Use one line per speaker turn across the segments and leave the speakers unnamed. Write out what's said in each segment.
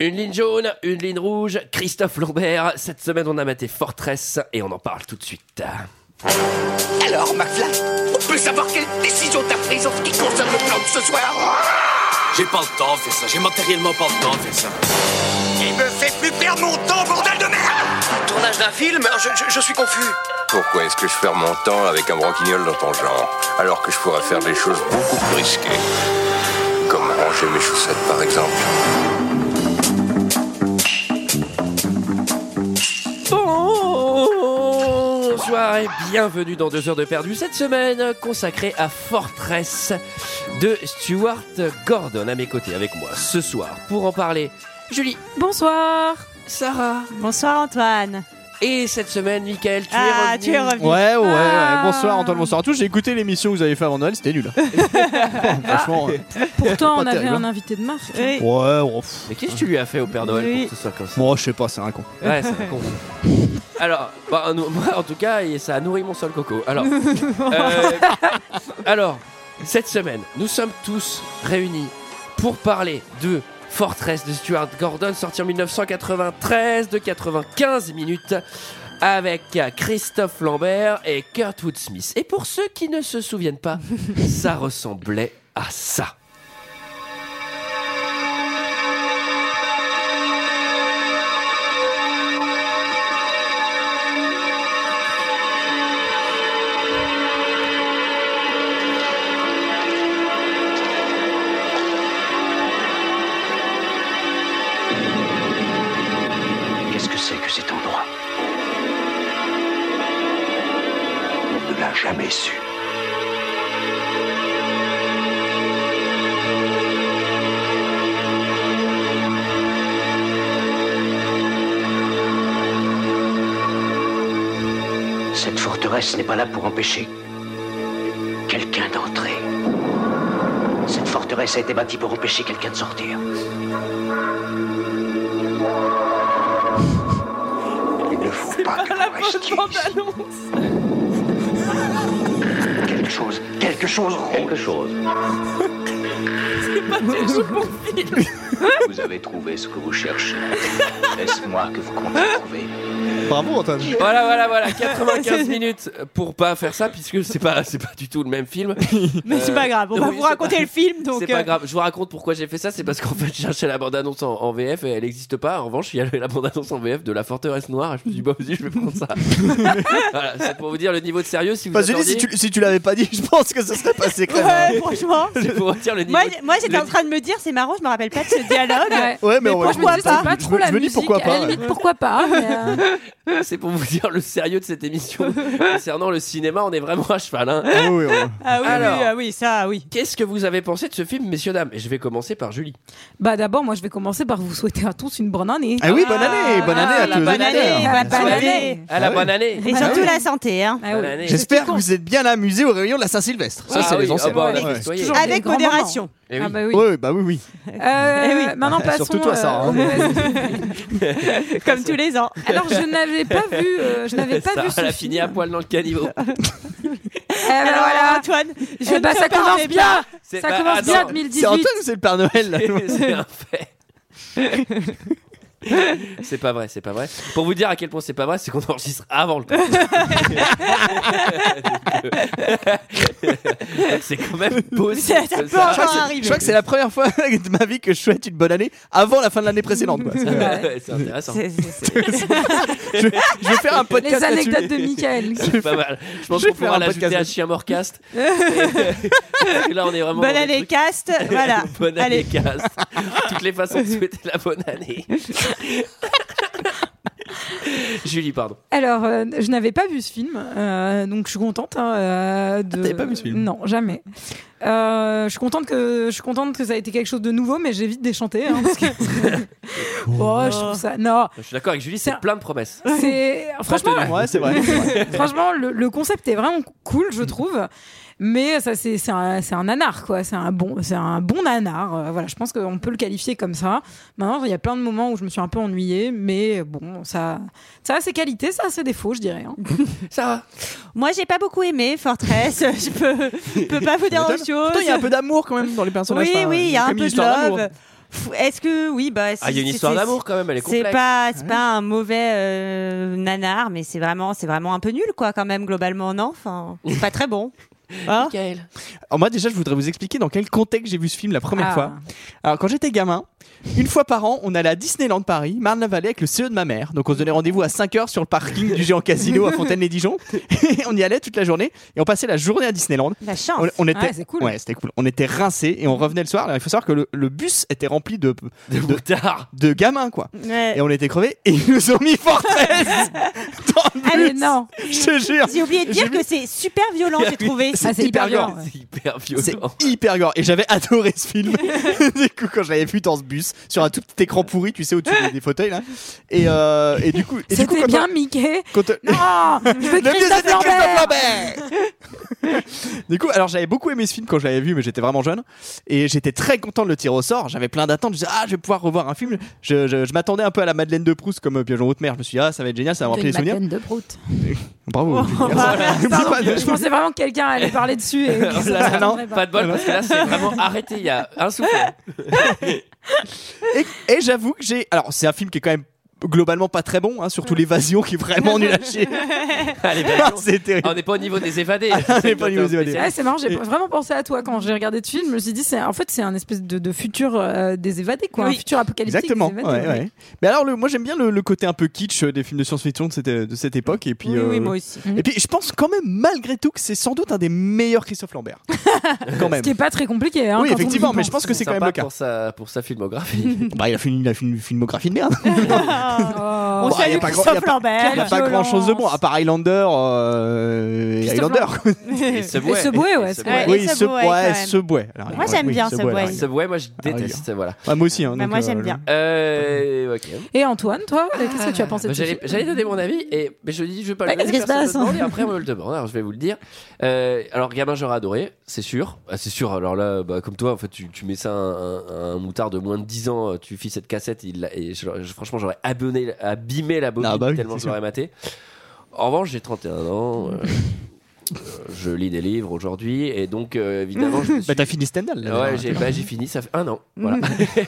Une ligne jaune, une ligne rouge, Christophe Lambert. Cette semaine, on a maté Fortress et on en parle tout de suite.
Alors, McFly, on peut savoir quelle décision t'as prise en ce qui concerne le plan de ce soir
J'ai pas le temps de faire ça, j'ai matériellement pas le temps de faire ça.
Il me fait plus perdre mon temps, bordel de merde Tournage d'un film Euh, je, suis confus.
Pourquoi est-ce que je perds mon temps avec un broquignol dans ton genre, alors que je pourrais faire des choses beaucoup plus risquées Comme ranger mes chaussettes, par exemple.
Bonsoir et bienvenue dans 2 heures de perdu cette semaine consacrée à Fortress de Stuart Gordon à mes côtés avec moi ce soir pour en parler Julie,
Bonsoir.
Sarah
Bonsoir Antoine.
et cette semaine Michael, tu
ah,
es revenu.
tu es revenu.
Ouais, ouais, ouais.
Ah.
Bonsoir Antoine, bonsoir à tous. J'ai écouté l'émission que vous avez fait avant Noël, c'était nul. Franchement. euh,
Pourtant,
Pas
on avait
terrible.
un
hein.
invité de Oh, marque.
Oui.
Ouais, on pff.
Mais qu'est-ce que tu lui as fait au Père Noël
Oui.
pour que ce soit comme ça
Moi, je sais pas, c'est un con.
Ouais, c'est un con. Alors, bah, nous- moi en tout cas, et ça a nourri mon sol coco. Alors, euh, alors, cette semaine, nous sommes tous réunis pour parler de Fortress de Stuart Gordon, sorti en 1993 de 95 minutes avec Christophe Lambert et Kurtwood Smith. Et pour ceux qui ne se souviennent pas, ça ressemblait à ça.
Qu'est-ce que c'est que cet endroit On ne l'a jamais su. Cette forteresse n'est pas là pour empêcher quelqu'un d'entrer. Cette forteresse a été bâtie pour empêcher quelqu'un de sortir. Il ne faut pas que
Ah,
vous restiez ici. Quelque chose, quelque chose Quelque chose. Vous avez trouvé ce que vous cherchez. Laisse-moi que vous comptez trouver.
Bravo Antoine.
Voilà, voilà, voilà, 95 minutes pour pas faire ça, puisque c'est pas, c'est pas du tout le même film.
Mais c'est
Euh,
pas grave, on va
oui,
vous
c'est
raconter
pas-
le film donc.
c'est pas
euh,
grave. Je vous raconte pourquoi j'ai fait ça. C'est parce qu'en fait, je cherchais la bande-annonce en, en VF et elle n'existe pas. En revanche, il y avait la bande-annonce en VF de La Forteresse Noire. Et je me suis dit, bah vas-y, je vais prendre ça. voilà, c'est pour vous dire le niveau de sérieux. Si vous
Parce que
attendiez,
si tu, si tu l'avais pas dit, je pense que ça serait passé crème.
Ouais, franchement.
c'est pour vous dire le niveau.
Moi, j- moi j'étais
le-
en train de me dire, c'est marrant, je me rappelle pas de ce dialogue.
Ouais.
Ouais, mais,
Mais
on va-
pourquoi
je me disais,
pas
c'est pas trop
je me-
la
je me dis
musique.
pourquoi
À
pas.
la limite, pourquoi pas mais, euh,
C'est pour vous dire le sérieux de cette émission concernant le cinéma. On est vraiment à cheval. hein.
Ah oui, oui, oui.
Ah oui,
Alors.
oui, ah oui, ça, oui.
Qu'est-ce que vous avez pensé de ce film, messieurs dames Et je vais commencer par Julie.
Bah d'abord, moi, je vais commencer par vous souhaiter à tous une bonne année.
Ah oui, bonne année, bonne année à
la
tous les
bonne
auditeurs.
année, la bonne
Ah, Bonne
année.
année.
À la
Ah oui.
bonne année.
Et
Bah
surtout
oui.
la santé, hein.
Ah oui.
Bonne année.
J'espère que vous êtes bien amusés aux réunions de la Saint-Sylvestre. Ça,
Ah
c'est
oui,
les anciens.
ah bah, on a
Ouais.
fait citoyen.
Toujours.
Avec
Des grands
modération.
Eh oui.
Ah bah oui.
Ouais, bah oui, oui.
Euh,
Eh oui.
Maintenant,
Ah,
passons.
surtout toi, Sarah, hein.
euh, Comme tous les ans.
Alors, je n'avais pas vu. euh, je n'avais pas
Ça,
vu ce
elle a
film.
fini à poil dans le caniveau.
Eh ben
Alors,
voilà.
Antoine, je
Eh ben,
ne
ça
te parle
commence bien.
C'est
Ça
pas-
commence bien
attends.
2018.
C'est Antoine ou c'est le Père Noël là
c'est un fait. c'est pas vrai, c'est pas vrai. Pour vous dire à quel point c'est pas vrai, c'est qu'on enregistre avant le podcast. Donc, c'est quand même possible.
Ça- ça
que
peut
ça-
Je crois que
Encore
c'est-
arrivé.
Je crois que c'est la première fois de ma vie que je souhaite une bonne année avant la fin de l'année précédente. quoi. C'est-
Ouais, c'est intéressant.
C'est- c'est- c'est-
Je, je vais faire un podcast.
Les
là-dessus.
anecdotes de Michael.
C'est pas mal. Je pense
Je vais
qu'on
faire
pourra
un
l'ajouter
podcast.
à Chien Morcast. Et là, on est vraiment. dans
Bonne
des
année,
trucs-
cast. Voilà.
Bonne année,
Allez.
Cast. Toutes les façons de souhaiter la bonne année. Julie, pardon.
Alors, euh, je n'avais pas vu ce film, euh, donc je suis contente. hein, euh, de...
t'avais pas vu ce film
Non, jamais. Euh, je suis contente que je suis contente que ça ait été quelque chose de nouveau, mais j'ai vite déchanté. Hein, parce que... oh, je trouve ça. Non,
Je suis d'accord avec Julie, c'est
Tiens.
plein de promesses.
c'est franchement,
Ouais, c'est vrai. c'est vrai.
franchement, le, le concept est vraiment cool, je trouve. Mais ça, c'est c'est un, c'est un nanar, quoi. C'est un bon, c'est un bon nanar. Euh, voilà, je pense qu'on peut le qualifier comme ça. Maintenant, il y a plein de moments où je me suis un peu ennuyée, mais bon, ça, ça a ses qualités, ça a ses défauts, je dirais. hein.
Ça va.
Moi, j'ai pas beaucoup aimé Fortress. Je peux, je peux pas vous dire autre chose.
Pourtant, il y a un peu d'amour quand même dans les personnages.
Oui,
enfin,
oui, il y a
comme
un
une
peu de
histoire d'amour.
love. Pff, Est-ce que oui, bah. c'est-
Ah, il y a une
c'est-
histoire
c'est-
d'amour quand même, elle est
C'est
complexe.
pas, c'est pas un mauvais euh, nanar, mais c'est vraiment, c'est vraiment un peu nul, quoi, quand même, globalement, non Enfin, c'est pas très bon. Hein
Alors moi déjà je voudrais vous expliquer dans quel contexte j'ai vu ce film la première
Ah.
fois. Alors quand j'étais gamin, une fois par an, on allait à Disneyland Paris, Marne-la-Vallée avec le CE de ma mère. Donc on se donnait rendez-vous à 5h sur le parking du géant casino à Fontaine-les-Dijon. Et on y allait toute la journée et on passait la journée à Disneyland.
La chance.
On, on était
Ah,
Ouais, c'est cool.
Ouais, c'était cool. On était rincés et on revenait le soir. Alors, il faut savoir que le, le bus était rempli de
De moutards.
de gamins quoi.
Ouais.
Et on était crevés et ils nous ont mis Fortress dans
Ah,
le
Mais
bus.
non,
Je te jure.
J'ai oublié de
J'ai
dire
vu-
que c'est super violent, j'ai trouvé.
Ah, c'est hyper Oh.
gore.
violent.
C'est hyper
C'est
violent.
hyper gore et j'avais adoré ce film. du coup, quand je l'avais vu dans ce bus sur un tout petit écran pourri, tu sais, au-dessus des, des fauteuils là. Et, euh, et du coup, et du coup,
c'était
quand
bien Mickey.
on- quand on-
Non, je veux
Le mieux,
Christophe
c'était
Lambert.
Christophe Lambert Du coup, alors j'avais beaucoup aimé ce film quand je l'avais vu, mais j'étais vraiment jeune. Et j'étais très content de le tirer au sort. J'avais plein d'attentes. Je me disais, ah, je vais pouvoir revoir un film. Je, je- je m'attendais un peu à la Madeleine de Proust comme euh, Piège en haute mer. Je me suis dit, ah, ça va être génial, ça va me rappeler les souvenirs.
de Prout.
Bravo.
Oh,
Julie,
bah,
merci.
Je pensais vraiment que quelqu'un allait parler dessus. Et
Oh là là,
non,
Pas de bol parce que là c'est vraiment arrêté, il y a un souffle.
Et, et j'avoue que j'ai. Alors, c'est un film qui est quand même globalement pas très bon, hein, surtout l'évasion qui est vraiment nul à chier.
Allez, bah,
c'est terrible.
Ah, on n'est pas au niveau des évadés.
Ah, on n'est pas au niveau des
C'est-
évadés.
Ouais, c'est marrant, j'ai
Et-
vraiment pensé à toi quand j'ai regardé ce film. Je me suis dit, c'est en fait, c'est un espèce de, de futur euh, des évadés, quoi,
Oui.
un futur apocalyptique.
Exactement.
des évadés,
ouais, ouais. Mais alors, le- moi j'aime bien le, le côté un peu kitsch euh, des films de science-fiction de cette, de cette époque. Et puis,
Oui,
euh,
oui, moi aussi.
Et puis, je pense quand même, malgré tout, que c'est sans doute un des meilleurs Christophe Lambert. quand
Ce
même.
qui est pas très compliqué. Hein,
Oui,
quand on y
effectivement, mais
pense.
je pense que c'est quand même
sympa
le cas.
Pour sa, pour sa filmographie.
Bah, il a fait une, il a fait une filmographie de merde.
On
Oh.
Bah, y
salue
a pas grand- y a
Christophe
pas-
Lambert.
Il n'y a pas
violence.
grand chose de bon, à part Highlander. Euh, et
Christophe
Highlander.
Et Subway.
Et Subway, ouais,
Et
c'est
Subway.
vrai. Ouais,
oui,
et
ce
Subway, quand
ouais,
même.
ce bois. Alors,
Moi,
oui,
j'aime bien
ce
ce
bois,
bois.
là.
Subway, moi je
oui.
déteste, voilà.
Ah, moi aussi. hein,
Bah,
donc,
moi,
euh,
j'aime
le-
bien.
Euh, ok.
Et Antoine, toi, qu'est-ce que tu as pensé de
Bah,
ce
J'allais
film
j'allais donner mon avis, et, mais je dis, je vais pas le
Bah,
donner.
qu'est-ce qui se
personne
passe
me le demande, et après, on me le demande. Alors, je vais vous le dire. Euh, alors, gamin, j'aurais adoré, c'est sûr. Ah, c'est sûr. Alors là, bah, comme toi, en fait, tu, tu mets ça à un, un- un moutard de moins de 10 ans, euh, tu files cette cassette, il, l'a- et je- je- franchement, j'aurais abonné, abîmé la bobine
Ah, bah oui,
tellement
c'est
je
sûr.
l'aurais maté. En revanche, j'ai 31 ans. euh, euh, je lis des livres aujourd'hui, et donc, euh, évidemment, je me suis
Bah, t'as fini Stendhal. là,
Ouais,
d'ailleurs.
j'ai bah, j'ai fini, ça fait un an. Voilà.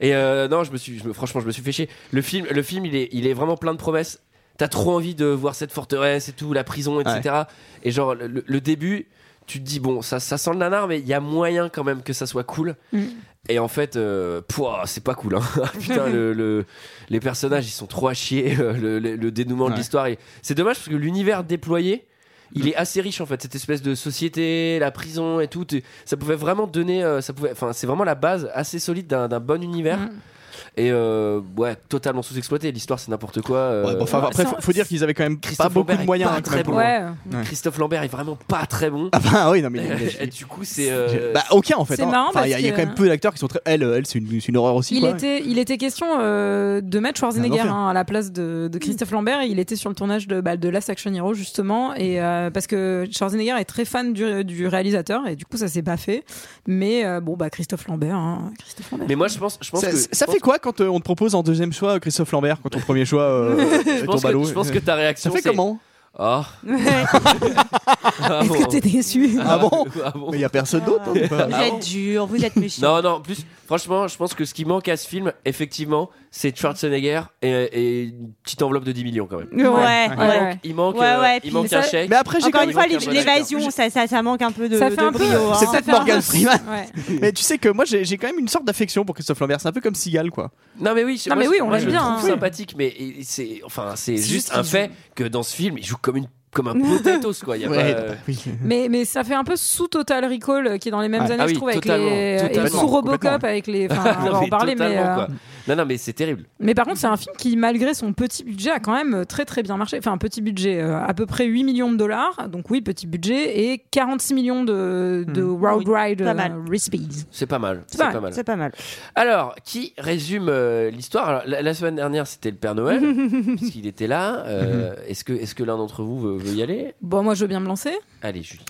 et euh, non, je me suis, je me- franchement, je me suis fait chier. Le film, le film, il est, il est vraiment plein de promesses. T'as trop envie de voir cette forteresse et tout, la prison, etc. Et genre le, le- le début, tu te dis bon, ça, ça sent le nanar, mais il y a moyen quand même que ça soit cool.
Mm.
Et en fait, euh, pouah, c'est pas cool. Hein. Putain, le, le- les personnages, ils sont trop à chier. Euh, Le, le- le dénouement de
Ouais.
l'histoire, il- c'est dommage parce que l'univers déployé, il est assez riche en fait. Cette espèce de société, la prison et tout, tu- ça pouvait vraiment donner. euh, ça pouvait, enfin, c'est vraiment la base assez solide d'un d'un bon univers.
Mm.
Et euh, ouais, totalement sous-exploité. L'histoire, c'est n'importe quoi. euh,
Ouais, bon, enfin,
Ouais,
après,
sans-
faut, faut dire qu'ils avaient quand même
Christophe
pas beaucoup
Lambert
de
est
moyens.
pas
hein, quand
très
même, pour-
bon.
Ouais.
Christophe Lambert est vraiment pas très bon.
Ah, bah oui, non, mais. il-
Et du coup, c'est. euh,
Bah, aucun en fait.
c'est
hein.
marrant
Enfin, Il y, a-
parce
il y a
que-
quand même peu d'acteurs qui sont très. Elle, euh, elle c'est une, c'est une horreur aussi.
Il
quoi.
était, il était question euh, de mettre Schwarzenegger
C'est un enfer.
hein, à la place de, de Christophe Lambert. et Il était sur le tournage de, bah, de Last Action Hero justement, et euh, parce que Schwarzenegger est très fan du, du réalisateur et du coup ça s'est pas fait. Mais euh, bon bah Christophe Lambert, hein, Christophe Lambert.
mais moi, je pense, je pense
oh. Ça,
que.
ça
je
fait
pense-
quoi quand euh, on te propose en deuxième choix euh, Christophe Lambert quand ton premier choix euh,
je
tombe
pense,
à l'eau
que, je pense que ta réaction.
Ça fait
c'est-
comment
Ah. Ah
Est-ce
bon.
que t'es déçu
Ah bon
Ah bon
Mais il y a personne d'autre. hein, ou pas
Vous êtes dur, vous êtes méchant.
Non, non, en plus, franchement, je pense que ce qui manque à ce film, effectivement, c'est Schwarzenegger et, et une petite enveloppe de 10 millions quand même.
Ouais, ouais.
Ouais, ouais.
Il manque,
Ouais,
euh,
ouais,
il
puis
manque
ça-
un chèque.
Mais après, j'ai
Encore
quand
une
même.
fois,
quelqu'un
les-
qui va
l'évasion, ça, ça, ça manque un peu de,
ça fait
de
un peu.
brio. hein.
C'est peut-être
ça fait un
Morgan
peu-
Freeman.
Ouais.
Mais tu sais que moi, j'ai j'ai quand même une sorte d'affection pour Christophe Lambert. C'est un peu comme Seagal, quoi.
Non, mais oui, je-
Non,
moi,
mais
je-
oui, on
moi,
l'aime
je le
bien,
trouve
hein.
sympathique, mais il- c'est enfin, c'est
C'est juste
juste un
qu'il
fait que dans ce film, il joue comme une comme un potatoes quoi. Il y a
Ouais,
pas, euh,
bah, oui.
Mais, mais ça fait un peu sous Total Recall euh, qui est dans les mêmes
Ah,
années,
ah oui,
je trouve, avec
totalement,
les. euh,
totalement,
et sous Robocop
complètement.
avec les. Enfin, on
Non,
va en
mais
parler, mais.
totalement,
euh,
quoi. Non, non, mais c'est terrible.
Mais par contre, c'est un film qui, malgré son petit budget, a quand même euh, très très bien marché. Enfin, un petit budget, euh, à peu près 8 millions de dollars. Donc oui, petit budget. Et 46 millions de, de Road
Oui,
Ride
pas
euh,
mal.
Recipes.
C'est pas mal. C'est
pas
pas mal.
C'est pas mal.
Alors, qui résume euh, l'histoire Alors, la, la semaine dernière, c'était le Père Noël, puisqu'il était là. Euh,
Mhm.
Est-ce que, est que l'un d'entre vous veut, veut y aller
Bon, moi, je veux bien me lancer.
Allez, Julie.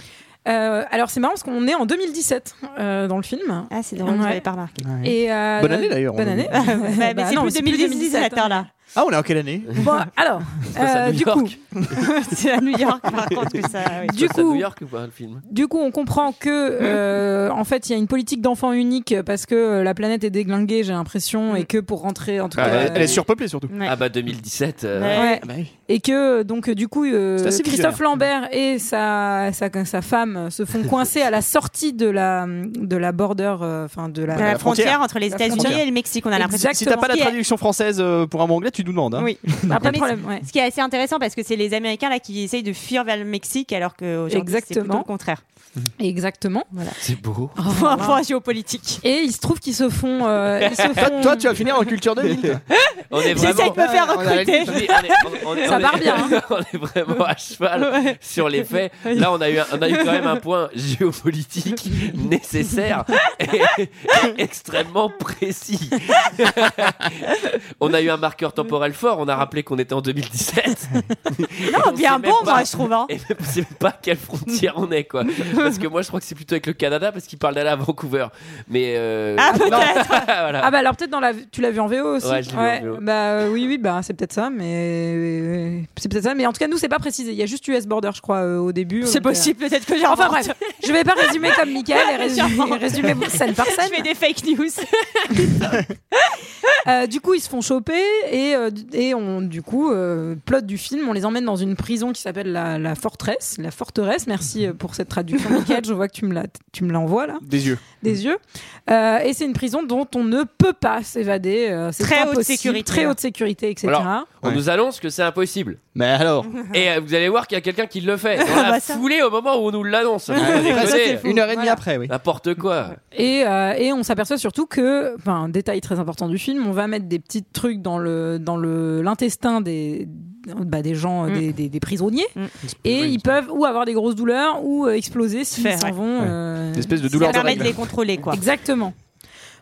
Euh, alors, c'est marrant parce qu'on est en 2017 euh, dans le film.
Ah, c'est drôle,
Ouais.
je l'avais pas remarqué.
Et, euh,
Bonne année, d'ailleurs.
Bonne année.
Ouais, mais
Bah
c'est
non,
plus 2017,
hein.
là.
Ah, on est en quelle année
hein.
Bon, alors,
passe à
euh,
New
du coup,
York.
C'est à New York, par contre, que ça. oui.
du
C'est à New
coup,
York ou pas le film
Du coup, on comprend que, euh, en fait, il y a une politique d'enfant unique parce que euh, la planète est déglinguée, j'ai
Hmm.
l'impression, et que pour rentrer, en tout
Ah,
cas,
elle-
euh,
Elle est surpeuplée surtout.
Ouais.
Ah bah 2017. euh,
Ouais.
ouais.
Ah bah oui.
et que donc euh, du coup, euh,
C'est assez visionnaire.
Christophe
hein.
Lambert et sa, sa sa femme se font coincer à la sortie de la de la border, euh, enfin de la.
Dans la
la frontière.
frontière entre les
La
États-Unis
frontière.
et le Mexique, on a l'impression.
Si t'as pas la
Ce qui est-
traduction française euh, pour un mot anglais, tu nous demandes. hein.
Oui.
Ah, pas de
mais-
problème. ouais.
Ce qui est assez intéressant parce que c'est les Américains là qui essayent de fuir vers le Mexique alors que c'est plutôt
Exactement.
le contraire.
Exactement.
C'est beau.
Point, point géopolitique.
Et il se trouve qu'ils se font. euh, ils se font-
Toi, tu vas finir en culture 2000. toi.
On est
J'essaye
vraiment.
de me faire
Ah, on a la
recruter.
Oui, on est- on est-
Ça
on est-
part bien, hein.
on est vraiment à cheval sur les faits. Là, on a eu, un- on a eu quand même un point géopolitique nécessaire et extrêmement précis. on a eu un marqueur temporel fort. On a rappelé qu'on était en 2017.
Non,
On
bien
sait même
bon,
pas-
moi, je trouve. hein.
Et même, on sait même pas à quelle frontière on est, quoi. Parce que moi, je crois que c'est plutôt avec le Canada, parce qu'il parle d'aller à Vancouver. Mais euh,
Ah, peut-être.
voilà.
Ah bah alors peut-être dans la tu l'as vu en VO aussi.
Ouais, je l'ai vu en VO.
Bah euh, oui oui bah c'est peut-être ça mais c'est peut-être ça mais en tout cas nous c'est pas précisé. Il y a juste US border je crois euh, au début.
C'est
Donc, euh,
possible, peut-être que j'ai
Enfin bref, je vais pas résumer comme Michael et résumer,
J'invente.
résumer scène par
Je
scène.
fais des fake news.
Euh, du coup, ils se font choper et, euh, et on, du coup, euh, plot du film, on les emmène dans une prison qui s'appelle la, la forteresse. La forteresse, merci euh, pour cette traduction, Michael, je vois que tu me la- tu me l'envoies là,
Des yeux.
des yeux. Euh, et c'est une prison dont on ne peut pas s'évader. euh, c'est
Très haute
impossible,
sécurité.
Très haute sécurité, etc.
Alors, On
Ouais.
nous annonce que c'est impossible.
Mais alors
Et euh, vous allez voir qu'il y a quelqu'un qui le fait. On
Ah
l'a
bah ça.
foulé au moment où on nous l'annonce. Vous
Ça,
déconnez.
Une heure et demie
Voilà.
après, oui.
N'importe quoi.
Et, euh, et on s'aperçoit surtout que, enfin, détail très important du film, on va mettre des petits trucs dans le dans le l'intestin des bah, des gens,
Mm.
des, des- des prisonniers,
Mm.
et ils peuvent ou avoir des grosses douleurs ou euh, exploser s'ils
Faire,
s'en
ouais.
vont.
Ouais.
euh,
Une espèce de
Ça
douleur dans la
permet de
gueule.
les contrôler, quoi.
Exactement.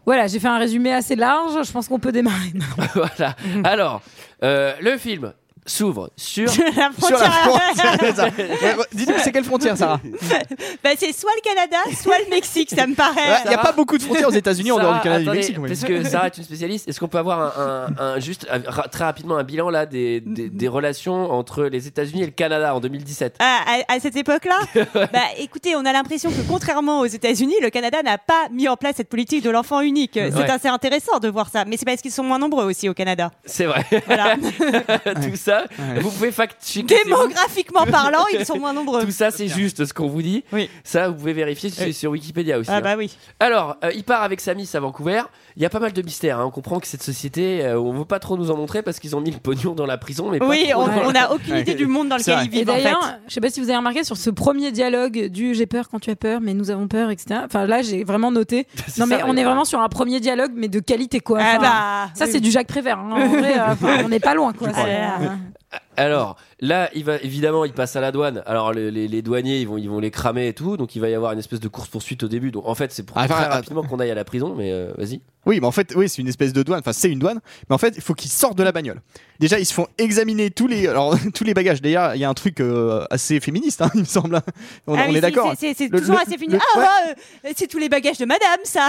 Voilà, j'ai fait un résumé assez large. Je pense qu'on peut démarrer.
voilà. Alors, euh, le film s'ouvre sur.
la
Sur la
frontière.
frontière. c'est ça. Ouais, ouais, Dis-nous, c'est quelle frontière, Sarah
Bah, c'est soit le Canada, soit le Mexique, ça me
Il
paraît.
n'y a pas beaucoup de frontières aux États-Unis en dehors du
Sarah,
Canada et du
attendez,
Mexique. oui.
Parce que Sarah est une spécialiste. Est-ce qu'on peut avoir un, un- un- juste un- ra- très rapidement un bilan là des, des- des relations entre les États-Unis et le Canada en 2017
Ah, à, à cette époque-là Bah écoutez, on a l'impression que contrairement aux États-Unis, le Canada n'a pas mis en place cette politique de l'enfant unique. C'est
Ouais.
assez intéressant de voir ça, mais c'est parce qu'ils sont moins nombreux aussi au Canada.
C'est vrai.
Voilà.
Tout ça,
Ouais.
vous pouvez fact-checker. c'est vous.
Démographiquement parlant, ils sont moins nombreux.
Tout ça, c'est juste ce qu'on vous dit.
Oui.
Ça, vous pouvez vérifier sur, sur Wikipédia aussi.
Ah
hein.
bah oui.
Alors, euh, il part avec sa miss à Vancouver. Il y a pas mal de mystères. hein. On comprend que cette société, euh, on veut pas trop nous en montrer parce qu'ils ont mis le pognon dans la prison, mais pas
Oui,
trop
on
dans-
on n'a aucune
Ouais.
idée du monde dans
C'est
lequel
vrai.
ils
Et
vivent en fait.
d'ailleurs, je sais pas si vous avez remarqué sur ce premier dialogue du j'ai peur quand tu as peur, mais nous avons peur, etc. Enfin là, j'ai vraiment noté.
C'est
Non mais
ça,
on
ouais.
est vraiment sur un premier dialogue, mais de qualité quoi.
Ah
Enfin,
bah,
Ça,
oui.
c'est du Jacques Prévert. hein. En vrai, euh, enfin, on n'est pas loin, quoi.
crois.
C'est,
Ah là là.
euh,
Alors là, il va évidemment, il passe à la douane. Alors le- les, les douaniers, ils vont, ils vont les cramer et tout. Donc il va y avoir une espèce de course poursuite au début. Donc en fait, c'est pour
Ah,
très
enfin,
rapidement qu'on aille à la prison. Mais euh, vas-y.
Oui, mais en fait, oui, c'est une espèce de douane. Enfin, c'est une douane. Mais en fait, il faut qu'ils sortent de la bagnole. Déjà, ils se font examiner tous les, alors, tous les bagages. D'ailleurs, il y a un truc euh, assez féministe, hein, il me semble. On, on
Ah oui,
est
c'est-
d'accord.
c'est- C'est c'est
Le-
toujours
le-
assez fini.
le-
ah,
ouais.
ouais, euh, c'est tous les bagages de madame, ça.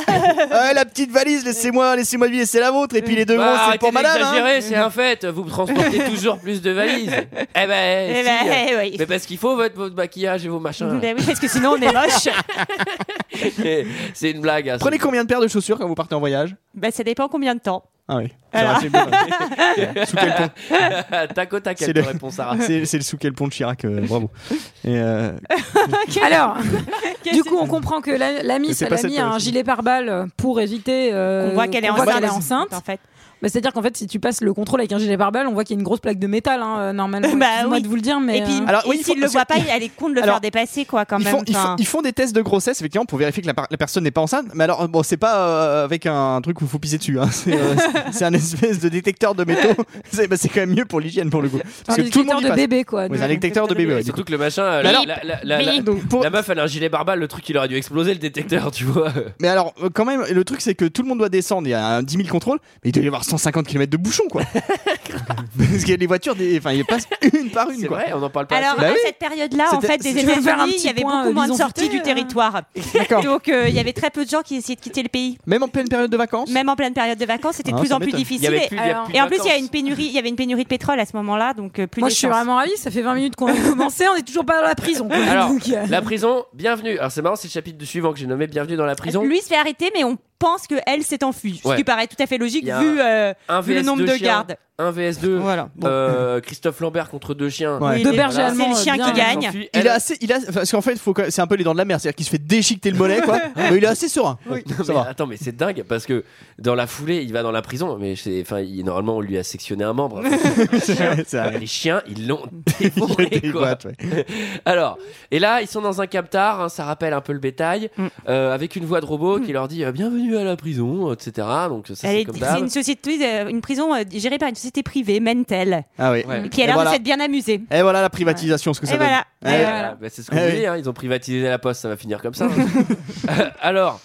Ah, la petite valise, laissez-moi, laissez-moi lui laisser la vôtre. Et puis les deux
Bah,
gros, c'est
arrêtez
pour madame. hein.
d'exagérer, c'est un fait. Vous transportez toujours plus de valises. Eh ben,
Eh
si,
ben,
euh,
eh oui.
mais parce qu'il faut votre, votre maquillage et vos machins.
Ben oui, parce que sinon on est moche.
c'est une blague. hein,
Prenez
c'est-
combien de paires de chaussures quand vous partez en voyage
Bah ça dépend combien de temps.
Ah oui.
Alors.
Ça va, c'est bon. Ouais. Sous quel pont
tac au tac, elle
C'est
te
le-
répond, Sarah.
Ah, C'est c'est le sous quel pont de Chirac, euh, bravo. Et, euh,
Alors,
Qu'est-ce
du
que-
coup, on comprend que la, la Miss,
c'est
elle
pas
a
cette
mis un
fois-ci.
gilet pare-balles pour éviter. euh,
on voit qu'elle est
qu'on voit
enceinte.
qu'elle est enceinte.
En fait.
Bah, c'est-à-dire qu'en fait, si tu passes le contrôle avec un gilet pare-balles, on voit qu'il y a une grosse plaque de métal, hein, euh, normalement.
Bah
Excuse-moi
oui.
de vous le dire, mais.
Et puis,
euh,
Alors,
et
oui, il faut-
s'il le
parce
voit
que-
pas, elle est con de le
Alors,
faire dépasser, quoi, quand
ils,
même.
font, ils, font,
enfin.
ils font des tests de grossesse, effectivement, pour vérifier que la, par- la personne n'est pas enceinte. Mais alors, euh, bon, c'est pas euh, avec un truc où il faut pisser dessus. hein. C'est euh, c'est- c'est un espèce de détecteur de métaux. C'est bah, c'est quand même mieux pour l'hygiène, pour le coup.
un
Parce que tout le monde
détecteur
y
de
passe.
bébé, quoi.
Ouais, c'est un détecteur de bébé. ouais, du coup.
Surtout que le machin, euh, la,
alors-
la- la- la- la-
Donc, pour-
la meuf, elle a un gilet barbale, le truc, il aurait dû exploser le détecteur, tu vois.
Mais alors, euh, quand même, le truc, c'est que tout le monde doit descendre. Il y a un 10 000 contrôles. Mais il doit y avoir 150 km de bouchon, quoi. Parce que les voitures, des- enfin, ils passent une par une,
C'est
quoi.
vrai, on en parle pas
Alors
assez.
Bah
à
oui.
cette période-là, en
C'était-
fait, des
Si tu veux faire un
États-Unis, il
petit
y avait
point,
beaucoup moins de
disons,
sorties du
euh,
territoire.
D'accord.
Donc euh, il y avait très peu de gens qui essayaient de quitter le pays.
Même en pleine période de vacances.
Même en pleine période de vacances, c'était de
Ah,
plus
ça
en plus
m'étonne.
Il y
difficile.
avait
Et,
plus, il y a
alors-
plus de
et en plus, il y a
vacances.
une pénurie, il y avait une pénurie de pétrole à ce moment-là, donc euh, plus
Moi, je suis
d'essence.
vraiment ravie. Ça fait 20 minutes qu'on a commencé. On est toujours pas dans la prison. quoi.
Alors,
Donc, euh,
La prison, bienvenue. Alors c'est marrant, c'est le chapitre du suivant que j'ai nommé Bienvenue dans la prison.
Lui se fait arrêter, mais on pense que elle s'est enfuie, ce
Ouais.
qui paraît tout à fait logique
Il y a
vu, euh,
Un
vu le
VS
nombre
deux
de
chiens,
gardes.
Un VS2.
Voilà. Bon.
euh, Christophe Lambert contre deux chiens.
Ouais.
Oui,
Deux
les-
bergers
c'est
allemands,
le
euh,
chien
bien
qui
allemands.
gagne.
Sophie,
Il
elle-
est assez, il a, parce qu'en fait, faut que- c'est un peu les dents de la mer, c'est-à-dire qu'il se fait déchiqueter le mollet, quoi. mais il est assez serein.
Non,
Ça
mais
va.
attends, mais c'est dingue parce que dans la foulée, il va dans la prison. Mais c'est- enfin, il- normalement, on lui a sectionné un membre. Bah,
C'est vrai, c'est vrai.
les chiens, ils l'ont
Il a
dévoré.
des
quoi.
boîtes, ouais.
Alors, et là, ils sont dans un captar, hein, ça rappelle un peu le bétail,
Mm.
euh, avec une voix de robot qui leur dit euh, Bienvenue à la prison, etc. Donc, ça,
Elle
c'est
est-
comme
c'est
d'hab.
une société, euh, une prison euh, gérée par une société privée, Mentel,
Ah oui.
Ouais.
qui a
Et
l'air
voilà.
de s'être bien amusée.
Et voilà la privatisation, ce que
Et
ça donne.
voilà.
Ouais.
Et
Ouais,
voilà.
bah, bah, c'est ce qu'on
Eh
dit,
oui.
hein, ils ont privatisé la poste, ça va finir comme ça. hein. Alors,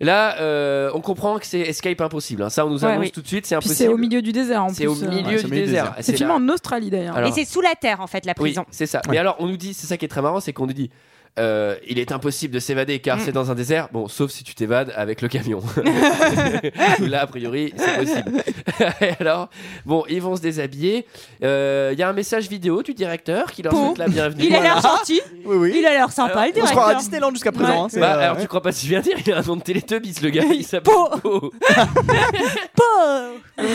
là, euh, on comprend que c'est Escape impossible. hein. Ça, on nous
Ouais,
annonce
oui.
tout de suite, c'est
puis
impossible.
c'est au milieu du désert. en
C'est au
plus, euh,
milieu
Ouais, c'est
du
au milieu du
désert.
désert.
Et
C'est
c'est
filmé
là-
en Australie d'ailleurs.
Alors-
Et c'est sous la terre, en fait, la prison.
Oui, c'est ça.
Ouais.
Mais alors, on nous dit, c'est ça qui est très marrant, c'est qu'on nous dit, euh, il est impossible de s'évader car
Mm.
c'est dans un désert. Bon, sauf si tu t'évades avec le camion. Là, a priori, c'est possible. Et alors, bon, ils vont se déshabiller. Euh, Il y a un message vidéo du directeur qui leur
Pou.
souhaite la bienvenue.
Il a
Ah.
l'air gentil,
Oui, oui.
il a l'air sympa,
On se croirait
le
à
directeur.
Disneyland jusqu'à présent.
Ouais.
hein, c'est,
Bah,
euh,
alors
ouais.
tu crois pas si bien dire, il a un nom de Télétubbies le gars, il s'appelle
Po.
Po.
Pauvre.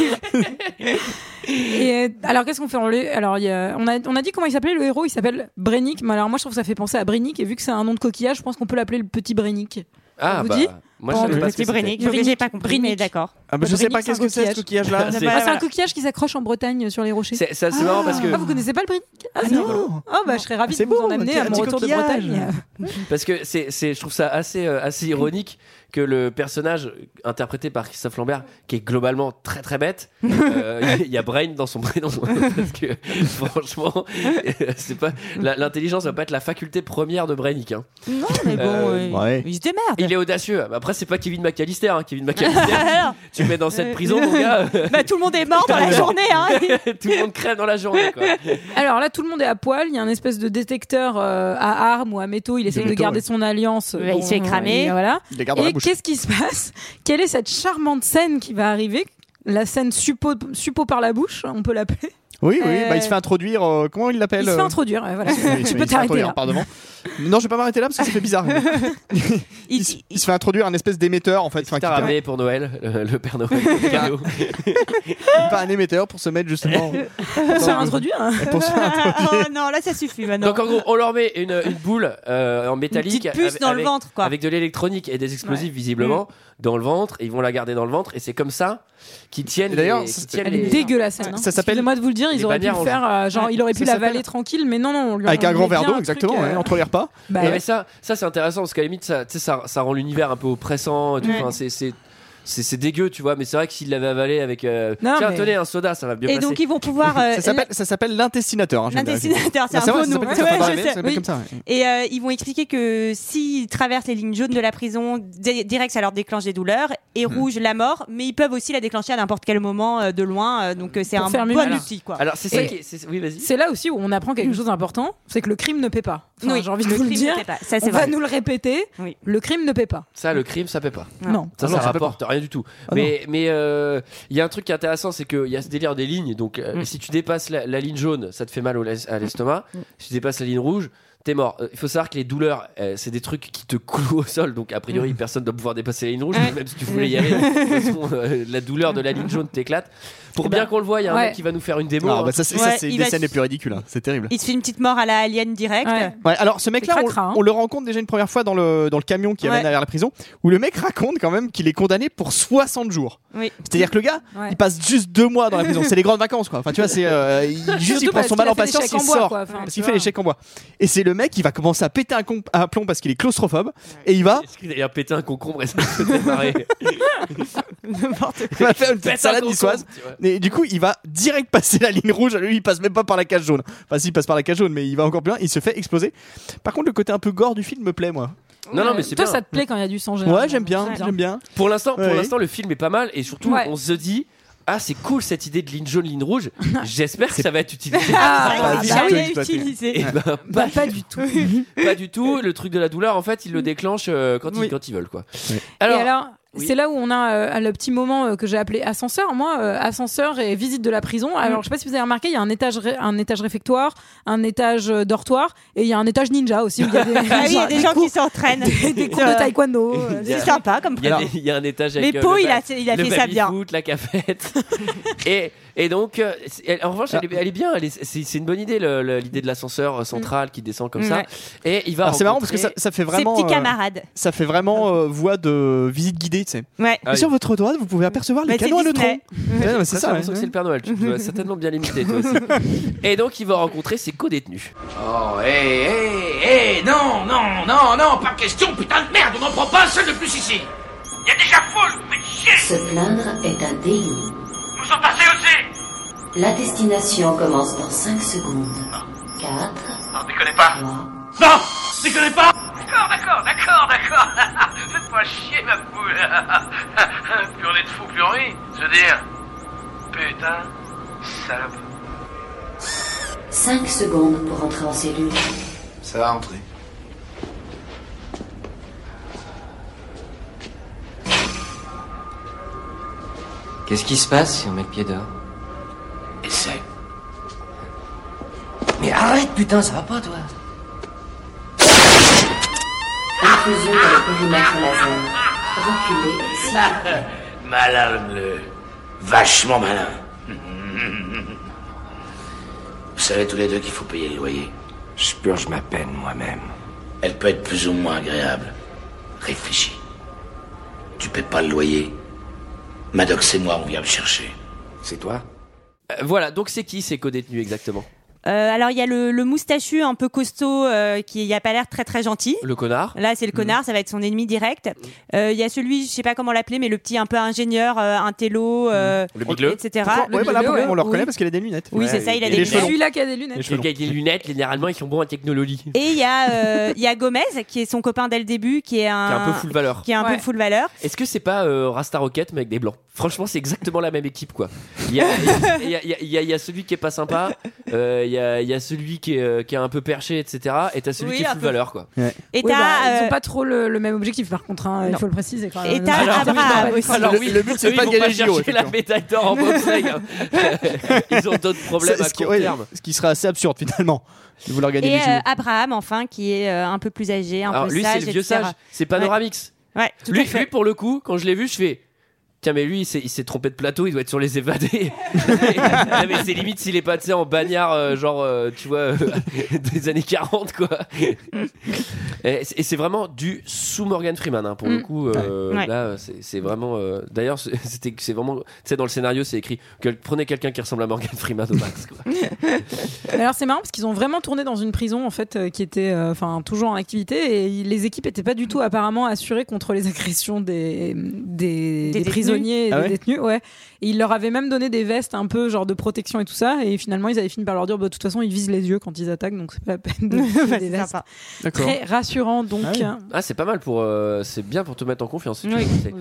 Et euh, alors qu'est-ce qu'on fait on, les- alors, il y a... On, a... on a dit comment il s'appelait le héros, il s'appelle Brennick, mais alors moi je trouve que ça fait penser à Brennick et vu que c'est un nom de coquillage, je pense qu'on peut l'appeler le petit Brennick.
Ah
vous
bah,
dit
moi je savais
Bon,
pas ce que
C'était
c'était.
Brennick, je j'ai pas compris, mais
Brennick.
d'accord.
Ah, bah, je sais
Brennick,
pas
c'est un
qu'est-ce que c'est ce coquillage là.
C'est-
Ah,
Bah,
c'est un
voilà.
coquillage qui s'accroche en Bretagne euh, sur les rochers.
C'est ça, c'est marrant parce que
Ah, vous connaissez pas le Brennick Ah, c'est drôle. Ah, bah je serais ravie
C'est
de vous
beau,
en amener
un
à mon
petit
retour de
coquillage.
Bretagne.
parce que c'est c'est je trouve ça assez euh, assez ironique que le personnage interprété par Christophe Lambert qui est globalement très très bête, euh, il y a Brain dans son prénom parce que franchement c'est pas la- l'intelligence va pas être la faculté première de Brennick hein.
Non, mais bon,
Euh,
euh,
ouais.
il se démerde.
Il est audacieux. Après c'est pas Kevin McAllister hein. Kevin McAllister,
Alors,
tu le mets dans cette prison mon gars, euh,
bah, tout le monde est mort dans la journée. Hein.
tout le monde crève dans la journée quoi.
Alors là, tout le monde est à poil. Il y a un espèce de détecteur euh, à armes ou à métaux. Il essaie de,
métaux,
garder
ouais.
son alliance. euh,
Ouais, il se fait cramer.
et Voilà.
Il les garde dans la
Et
bouche.
qu'est-ce qui se passe Quelle est cette charmante scène qui va arriver La scène suppo, suppo par la bouche, on peut l'appeler.
Oui, oui.
Euh,
Bah, il se fait introduire. euh, Comment il l'appelle
Il se fait
euh,
introduire. ouais, voilà.
Oui, il
tu
se fait-
peux
il se fait
t'arrêter
introduire
là.
par devant. Non, je vais pas m'arrêter là parce que ça fait bizarre.
Il-
Il, se- il se fait introduire un espèce d'émetteur en fait,
T'as
enfin, qui permet-
ramené pour Noël euh, le Père Noël. le cadeau.
pas un émetteur pour se mettre justement.
On se fait introduire. hein.
pour se faire introduire.
oh non, là, ça suffit maintenant.
Donc en gros, on leur met une, une boule euh, en
une
métallique
petite puce
avec-
dans le
avec-
ventre, quoi.
avec de l'électronique et des explosifs visiblement
Mm.
dans le ventre. Et ils vont la garder dans le ventre et c'est comme ça qu'ils tiennent.
Et d'ailleurs,
les-
ça-
qu'ils tiennent
Elle
les-
est dégueulasse. Hein.
Ça s'appelle-
Excusez-moi de vous le dire,
Les
ils auraient pu
bannières
le faire. euh, genre, il aurait pu
Ça
l'avaler
s'appelle-
tranquille, mais non, non. on lui-
Avec
on
un
lui
grand
met
verre
bien
d'eau,
un
exactement,
truc, euh,
ouais, entre les repas.
bah,
Non,
ouais.
mais ça, ça c'est intéressant parce qu'à la limite, ça, tu sais, ça, ça rend l'univers un peu oppressant. et tout.
Ouais.
Enfin, c'est- c'est- c'est c'est dégueu, tu vois. Mais c'est vrai que s'il l'avait avalé avec. euh,
Non,
Tiens,
mais-
tenez un soda, ça va bien
Et
passer.
donc, ils vont pouvoir. euh,
Ça s'appelle- Ça s'aelle l'intestinateur. hein, je viens de vérifier.
L'intestinateur, c'est
Ah,
un
vrai,
faux
ça
nom.
s'appelle comme ça,
Ouais,
dans la
je
vie,
sais.
ça s'appelle
Oui.
comme ça, ouais.
Et euh, ils vont expliquer que s'ils traversent les lignes jaunes de la prison, di- direct, ça leur déclenche des douleurs. Et
Hmm.
rouge, la mort. Mais ils peuvent aussi la déclencher à n'importe quel moment euh, de loin. euh, donc, euh, c'est
Pour
un
faire
bon
mule.
outil, quoi.
Alors c'est ça
Et-
qui. est- c'est- Oui, vas-y.
C'est là aussi où on apprend quelque chose d'important c'est que le crime ne paie pas. Enfin,
Mm. Oui,
J'ai envie de vous le
crime
dire.
ne paie pas. Ça,
On
c'est
va
vrai.
nous le répéter
Oui.
le crime ne paie pas.
Ça, le crime, ça paie pas.
Non.
Non.
Ça, ça
Ah non, ça peut
rapporte rien du tout.
Ah
mais mais euh, il y a un truc qui est intéressant, c'est qu'il y a ce délire des lignes. Donc, euh,
Mm.
si tu dépasses la, la ligne jaune, ça te fait mal au les- à l'estomac. Si tu dépasses la ligne rouge, t'es mort. Euh, Il faut savoir que les douleurs, euh, c'est des trucs qui te clouent au sol. Donc, a priori, personne ne doit pouvoir dépasser la ligne rouge,
Ouais.
même si tu voulais y aller. De toute façon, euh, la douleur de la ligne jaune t'éclate. Pour bien qu'on le voit, il y a un
ouais.
mec qui va nous faire une démo.
Ah,
hein.
bah, Ça, c'est
Ouais,
ça, c'est
il
une des
va-
scènes les plus ridicules. hein. C'est terrible.
Il se fait une petite mort à la alien directe.
Ouais.
Ouais, alors ce mec-là,
C'est
on,
cracra, hein.
on le rencontre déjà une première fois dans le, dans le camion qui
Ouais.
amène vers la prison, où le mec raconte quand même qu'il est condamné pour 60 jours.
Oui.
C'est-à-dire que le gars,
Ouais.
il passe juste deux mois dans la prison. C'est les grandes vacances, quoi. Enfin, tu vois, c'est euh, il- juste
Surtout
il prend
parce
son
qu'il
mal
a
en
fait les
patience,
chèques
il
en bois,
sort.
quoi. Enfin,
parce
tu
qu'il fait
vois.
les chèques en bois. Et c'est le mec, il va commencer à péter un, com- un plomb parce qu'il est claustrophobe. Et il va,
Est-ce qu'il a pété un concombre et ça se fait marrer
il va faire une petite
Pète un
salade
concombre,
niçoise.
tu vois.
Et du coup, il va direct passer la ligne rouge. Lui, il passe même pas par la cage jaune. Enfin, si, il passe par la cage jaune, mais il va encore plus loin. Il se fait exploser. Par contre, le côté un peu gore du film me plaît, moi.
Non, non, mais
Ouais.
c'est
Toi,
bien.
ça te plaît quand il y a du sang
Ouais, j'aime bien,
C'est
j'aime bien.
Pour l'instant, pour
Ouais.
l'instant, le film est pas mal et surtout,
Ouais.
on se dit, ah c'est cool cette idée de ligne jaune, ligne rouge. J'espère que ça va être utilisé.
Ah,
Ah,
bah
ça,
oui.
il a
Exploité.
utilisé.
Et ben, pas,
Bah, pas du tout. Et
pas du tout. Le truc de la douleur, en fait, ils le déclenchent euh, quand,
Mm. Oui.
ils, quand ils veulent quoi.
Oui.
Alors,
alors,
oui.
c'est là où on a euh, le petit moment euh, que j'ai appelé ascenseur. Moi, euh, ascenseur et visite de la
Mm.
prison. Alors, je sais pas si vous avez remarqué, il y a un étage, ré- un étage réfectoire, un étage euh, dortoir et il y a un étage ninja aussi. où Il y a des,
Ah oui, il y a des gens
cours,
qui s'entraînent.
des cours de taekwondo. euh,
Il y a-
C'est sympa comme
il y, a
prénom.
des- il y a un étage avec
Mais
euh,
Pau,
le
il
ba-
a, il a
le
fait ça bien.
baby-foot, la cafette. et, et donc, euh, c'est- elle- en revanche, elle,
Ah.
est- elle est bien. elle est- C'est c'est une bonne idée, le- le- l'idée de l'ascenseur euh, central qui descend comme ça.
Mm, Ouais.
Et il va.
Alors, Ah, c'est marrant parce que ça,
rencontrer-
ça fait
Ses
vraiment.
petits
euh,
camarades.
ça fait vraiment euh, voix de visite guidée, tu sais.
Ouais.
Ah
Et
oui.
Sur votre droite, vous pouvez apercevoir les
Mais c'est
canons à neutrons.
Disney.
Ouais, non, mais
Ça,
c'est
j'ai
ça. hein.
l'impression que
ouais.
c'est le Père Noël. Tu dois certainement bien l'imiter, toi aussi. Et donc, il va rencontrer ses co-détenus.
Oh, hé, hé, hé, non, non, non, non, pas question, putain de merde, on n'en prend pas un seul de plus ici. Il y a déjà Paul, vous faites chier,
Se plaindre est un délit.
vous en passez aussi.
La destination commence dans 5 secondes. 4,
Non, déconnez pas.
3,
Non, déconnez pas. D'accord, d'accord, d'accord, d'accord. Faites-moi chier, ma poule. plus on est de fous, plus on rit. Je veux dire, putain, salope.
5 secondes pour entrer en cellule.
Ça va rentrer.
Qu'est-ce qui se passe si on met le pied dehors
Essaye.
Mais arrête putain, ça va pas toi
Infusion dans le périmètre laser. Reculez, s'il vous plaît.
Malin, le. Vachement malin. Vous savez tous les deux qu'il faut payer le loyer.
Je purge ma peine moi-même.
Elle peut être plus ou moins agréable. Réfléchis. Tu paies pas le loyer. Maddox et moi, on vient me chercher.
C'est toi
Euh, Voilà, donc c'est qui ces co-détenus exactement
Euh, alors, il y a le, le moustachu un peu costaud euh, qui n'a pas l'air très très gentil.
Le connard
Là, c'est le connard, ça va être son ennemi direct. Euh, Il y a celui, je sais pas comment l'appeler, mais le petit un peu ingénieur, euh, un télo, euh,
Mm. Le bah bigleux
etc.
Pourquoi-
Le
ouais, voilà,
milieu,
pourquoi
ouais.
on le reconnaît
Ah, Oui.
parce qu'il a des lunettes.
Oui,
Ouais,
c'est ça, il a
et
des
les
lunettes.
cheveux longs.
Celui-là qui a des lunettes.
Les
Qui
cheveux longs.
avec des lunettes, généralement ils sont bons en technologie.
Et il y, a, euh, il y a Gomez, qui est son copain dès le début, qui est
Qui a un
un,
peu full valeur.
qui est un
Ouais.
peu full valeur.
Est-ce que c'est pas euh, Rasta Rocket mais avec des blancs Franchement, c'est exactement la même équipe quoi. Il y a, il y a- il y a- il y a- il y a celui qui est pas sympa, euh, il y, a, il y a celui qui est, euh, qui est un peu perché, etc. Et t'as celui
Oui,
qui est
un
full
peu.
valeur quoi.
Et
Oui,
t'as,
bah, Ils
euh,
ont pas trop le, le même objectif par contre, hein, il
Non.
faut le préciser quand
Et
même.
t'as
Alors,
Abraham
oui,
aussi.
Ah,
Alors
le-
oui,
le but, c'est
eux, ils
pas de
vont
gagner
pas
le JO,
chercher la
effectivement.
médaille d'or en boxe tag, hein. Ils ont d'autres problèmes
Ça,
à
ce, qui,
court
ouais,
terme.
ce qui serait assez absurde finalement de vouloir gagner
Et
les JO.
euh, Abraham, enfin, qui est euh, un peu plus âgé, un
Alors
peu
lui, c'est
sage,
le vieux
etc.
sage, c'est Panoramix.
Ouais, tout à
Lui,
fait.
lui, pour le coup, quand je l'ai vu, je fais. Tiens, mais lui, il s'est- il s'est trompé de plateau, il doit être sur les évadés. Non, mais c'est limite s'il est pas, tu sais, en bagnard, euh, genre, euh, tu vois, euh, des années 40, quoi. et c'est- et c'est vraiment du sous Morgan Freeman, hein, pour le
Mm.
coup. euh,
Ouais. Ouais.
Là, euh, c'est c'est vraiment. euh, D'ailleurs, c'est- c'était- c'est vraiment. Tu sais, dans le scénario, c'est écrit que prenez quelqu'un qui ressemble à Morgan Freeman au max, quoi.
Mais Alors c'est marrant parce qu'ils ont vraiment tourné dans une prison en fait euh, qui était euh, enfin toujours en activité et il- les équipes étaient pas du tout apparemment assurées contre les agressions des des, des
détenus.
prisonniers et
Ah
des
ouais
détenus ouais et ils leur avaient même donné des vestes un peu genre de protection et tout ça et finalement ils avaient fini par leur dire bah, de toute façon ils visent les yeux quand ils attaquent donc c'est pas la peine de
Ouais,
donner des
c'est
vestes
sympa.
D'accord.
très rassurant donc
Ah oui.
hein.
Ah, c'est pas mal pour. euh, c'est bien pour te mettre en confiance. si tu
Oui.
veux, tu sais.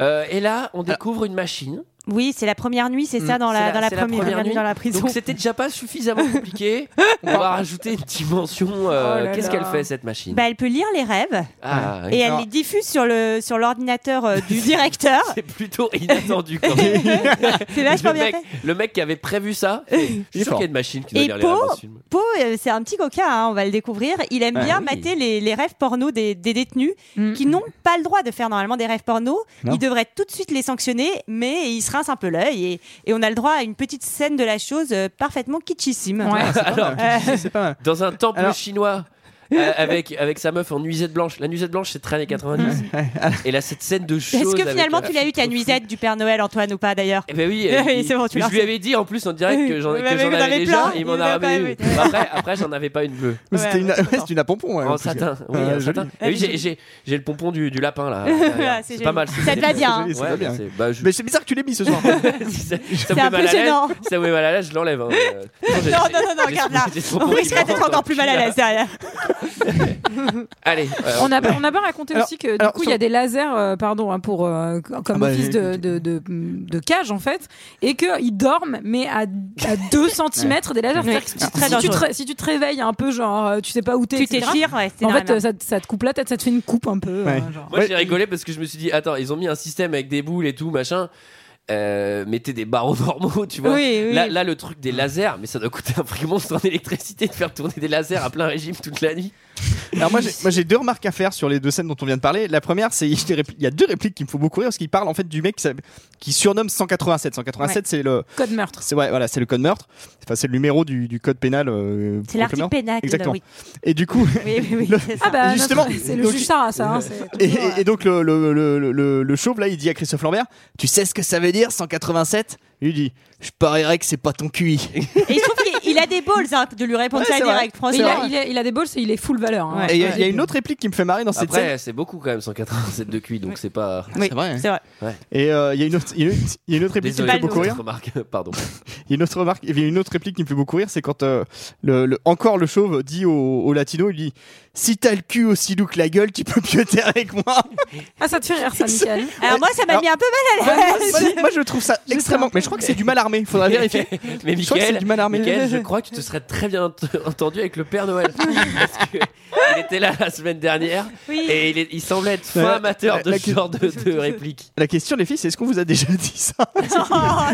Euh, et là, on découvre une machine.
Oui, c'est la première nuit, c'est ça, dans
Mm. C'est
la,
la-
dans la,
c'est la
première,
première
nuit dans la prison.
Donc c'était déjà pas suffisamment compliqué. On va rajouter une dimension. euh,
Oh là
Qu'est-ce
là.
qu'elle fait cette machine
Bah, elle peut lire les rêves
Ah, oui.
et elle
Alors-
les diffuse sur le sur l'ordinateur euh, du directeur.
C'est plutôt inattendu quand même.
c'est
le,
vachement bien
mec,
fait.
le mec qui avait prévu ça, je suis sûr
fort.
qu'il y a une machine qui doit
Et
lire les rêves
Poe
dans ce film.
Poe, euh, c'est un petit coquin, hein, on va le découvrir. Il aime
Ah
bien
oui.
mater les, les rêves porno des, des détenus
Mm.
qui n'ont pas le droit de faire normalement des rêves porno.
Non.
Ils devraient tout de suite les sanctionner, mais ils se rincent un peu l'œil et, et on a le droit à une petite scène de la chose euh, parfaitement kitschissime. Euh,
Ouais.
C'est pas mal. C'est pas mal.
Dans un temple
Alors-
chinois. euh, avec, avec sa meuf en nuisette blanche. La nuisette blanche, c'est très années 90. Et là, cette scène de choses.
Est-ce que
avec,
finalement
euh,
tu l'as eu ta nuisette du Père Noël, Antoine, ou pas d'ailleurs
Eh ben oui,
Oui,
euh, il-
c'est bon, tu
mais
l'as
je lui avais dit en plus en direct que j'en
Oui,
que
mais
j'en
vous en
avez
avez
déjà,
plein,
il
il
m'en
en
a
a
ramené
pas, oui.
une. Après, après j'en avais pas une bleue.
Mais C'était une,
ouais,
ouais, c'était une à pompon. ouais,
En
en plus.
Oh, satin, oui,
Ah,
en
joli.
satin.
Ah,
Et oui,
c'est
j'ai- j'ai j'ai le pompon du, du lapin là.
Ah,
derrière.
c'est
c'est pas
joli.
mal.
Ça te va bien,
joli,
hein.
ça
Ouais,
va bien.
c'est- bah, je-
Mais c'est bizarre que tu l'aies mis ce soir.
ça, ça
C'est
me
un
met
peu
mal à l'aise.
gênant.
Ça me met mal à l'aise, je l'enlève. hein. Euh, j'ai-
Non, non, non, non,
j'ai-
regarde là.
j'ai ce
On
pompon qui
Oh,
risquerait
me
d'être
rentre dans
encore
le
plus
cul,
mal à
là.
l'aise derrière.
Allez. euh,
On n'a pas- on n'a pas raconté
Alors-
aussi que du
alors,
coup il
sur-
y a des lasers, euh, pardon, hein, pour euh, co- comme
Ah bah,
office de, de, de- de cage en fait, et que ils dorment mais à, à 2 cm des lasers.
Ouais.
C'est-à-dire que si-
C'est très
si, tu te,
dangereux.
ré- si tu te réveilles un peu genre euh, tu sais pas où t'es,
Tu
etc.,
t'échires, ouais, c'est
En fait,
normal.
euh, ça, te- ça te coupe la tête, ça te fait une coupe un peu.
Ouais.
euh, genre.
Moi
Ouais.
j'ai rigolé parce que je me suis dit attends ils ont mis un système avec des boules et tout machin. Euh, mettez des barreaux normaux, tu vois.
Oui, oui.
Là, là, le truc des lasers, mais ça doit coûter un prix monstre en électricité de faire tourner des lasers à plein régime toute la nuit.
Alors moi j'ai- moi, j'ai deux remarques à faire sur les deux scènes dont on vient de parler. La première c'est il y a des répli- il y a deux répliques qui me font beaucoup rire parce qu'il parle en fait du mec qui, s'appelle- qui surnomme 187. 187 c'est le
Code meurtre.
c'est ouais, voilà, c'est le code meurtre. Enfin c'est le numéro du, du code pénal euh, contre
C'est
le
l'article
meurtre.
pénal.
Exactement.
Oui,
Et du coup
oui, oui. oui,
Le-
c'est ça.
Ah bah,
Justement,
notre- c'est le
donc- euh,
juge Sarah, ça. hein, c'est-
Et, et- et donc le, le, le, le- le chauve là il dit à Christophe Lambert Tu sais ce que ça veut dire 187 Il dit Je parierais que c'est pas ton QI.
Et il se trouve qu'il il a des balls hein, de lui répondre
Ouais,
ça
c'est vrai.
direct,
il,
franchement.
a, il, a, il a des balls, il est full valeur. hein.
Ouais.
Et il y, a- il y a une autre réplique qui me fait marrer dans cette scène.
Après, c'est beaucoup quand même 187 de QI, donc c'est pas.
Oui,
c'est vrai, hein.
C'est vrai.
Et euh, il y a une autre, il y a une- il y a une autre réplique qui
Désolé,
me fait
pas le
beaucoup
pour cette
rire.
remarque. Pardon.
Il y a une autre remarque, il y a une autre réplique qui me fait beaucoup rire, c'est quand euh, le, le- encore le chauve dit au, au latino, il dit si t'as le cul aussi doux que la gueule, tu peux pioter avec moi.
Ah, ça te fait rire, ça, Michael.
Alors moi, ça m'a
Alors-
mis un peu mal à l'aise.
moi, moi, je trouve ça extrêmement, mais je crois que c'est du mal armé, faudra vérifier.
Mais
Je crois que c'est
Michael,
du mal armé.
Michael, je crois que tu te serais très bien ent- entendu avec le Père Noël. parce que il était là la semaine dernière
Oui.
et il, est- il semblait être fin
Ouais,
amateur de
la-
ce genre de, de réplique.
La question, les filles, c'est est-ce qu'on vous a déjà dit ça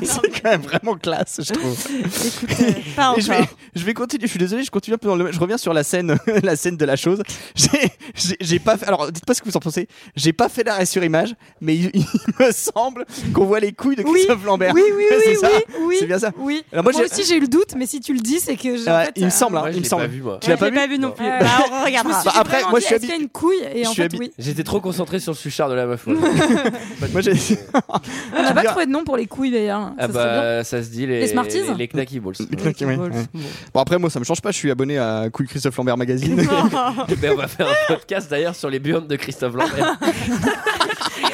C'est quand même vraiment classe, je trouve.
Écoute, euh, pas
Et je vais,
encore.
je vais continuer. Je suis désolé, je continue un peu dans le. Je reviens sur la scène, la scène de la chose. J'ai- J'ai j'ai pas. Fait, alors, dites pas ce que vous en pensez. J'ai pas fait l'arrêt sur image, mais il, il me semble qu'on voit les couilles de
Oui,
Christophe Lambert.
Oui, oui,
C'est
oui,
ça
oui, oui.
C'est bien ça.
Oui.
Alors moi,
moi,
j'ai-
aussi j'ai eu le doute, mais si tu le dis, c'est que euh, j'ai.
Ah, il me semble, hein,
Moi, je
il me
l'ai
semble.
pas vu moi.
Tu l'as pas
J'ai
vu
pas vu non
Non.
plus. Bah, on
Ah,
regardera.
Bah, après, moi, je suis
Est-ce qu'il y a une couille Et en
Je suis
fait,
habi-
oui.
J'étais trop concentré sur le suchard de la meuf. ouais.
Moi, j'ai.
On n'a
Tu
pas
diras-
trouvé de nom pour les couilles d'ailleurs.
Ah
Ça serait bien.
bah ça se dit les,
Les Smarties
les, les Knacky Balls.
Ok, ouais, ouais. Bon après moi ça me change pas, je suis abonné à Couille Christophe Lambert magazine.
Mais Ben, on va faire un podcast d'ailleurs sur les burnes de Christophe Lambert.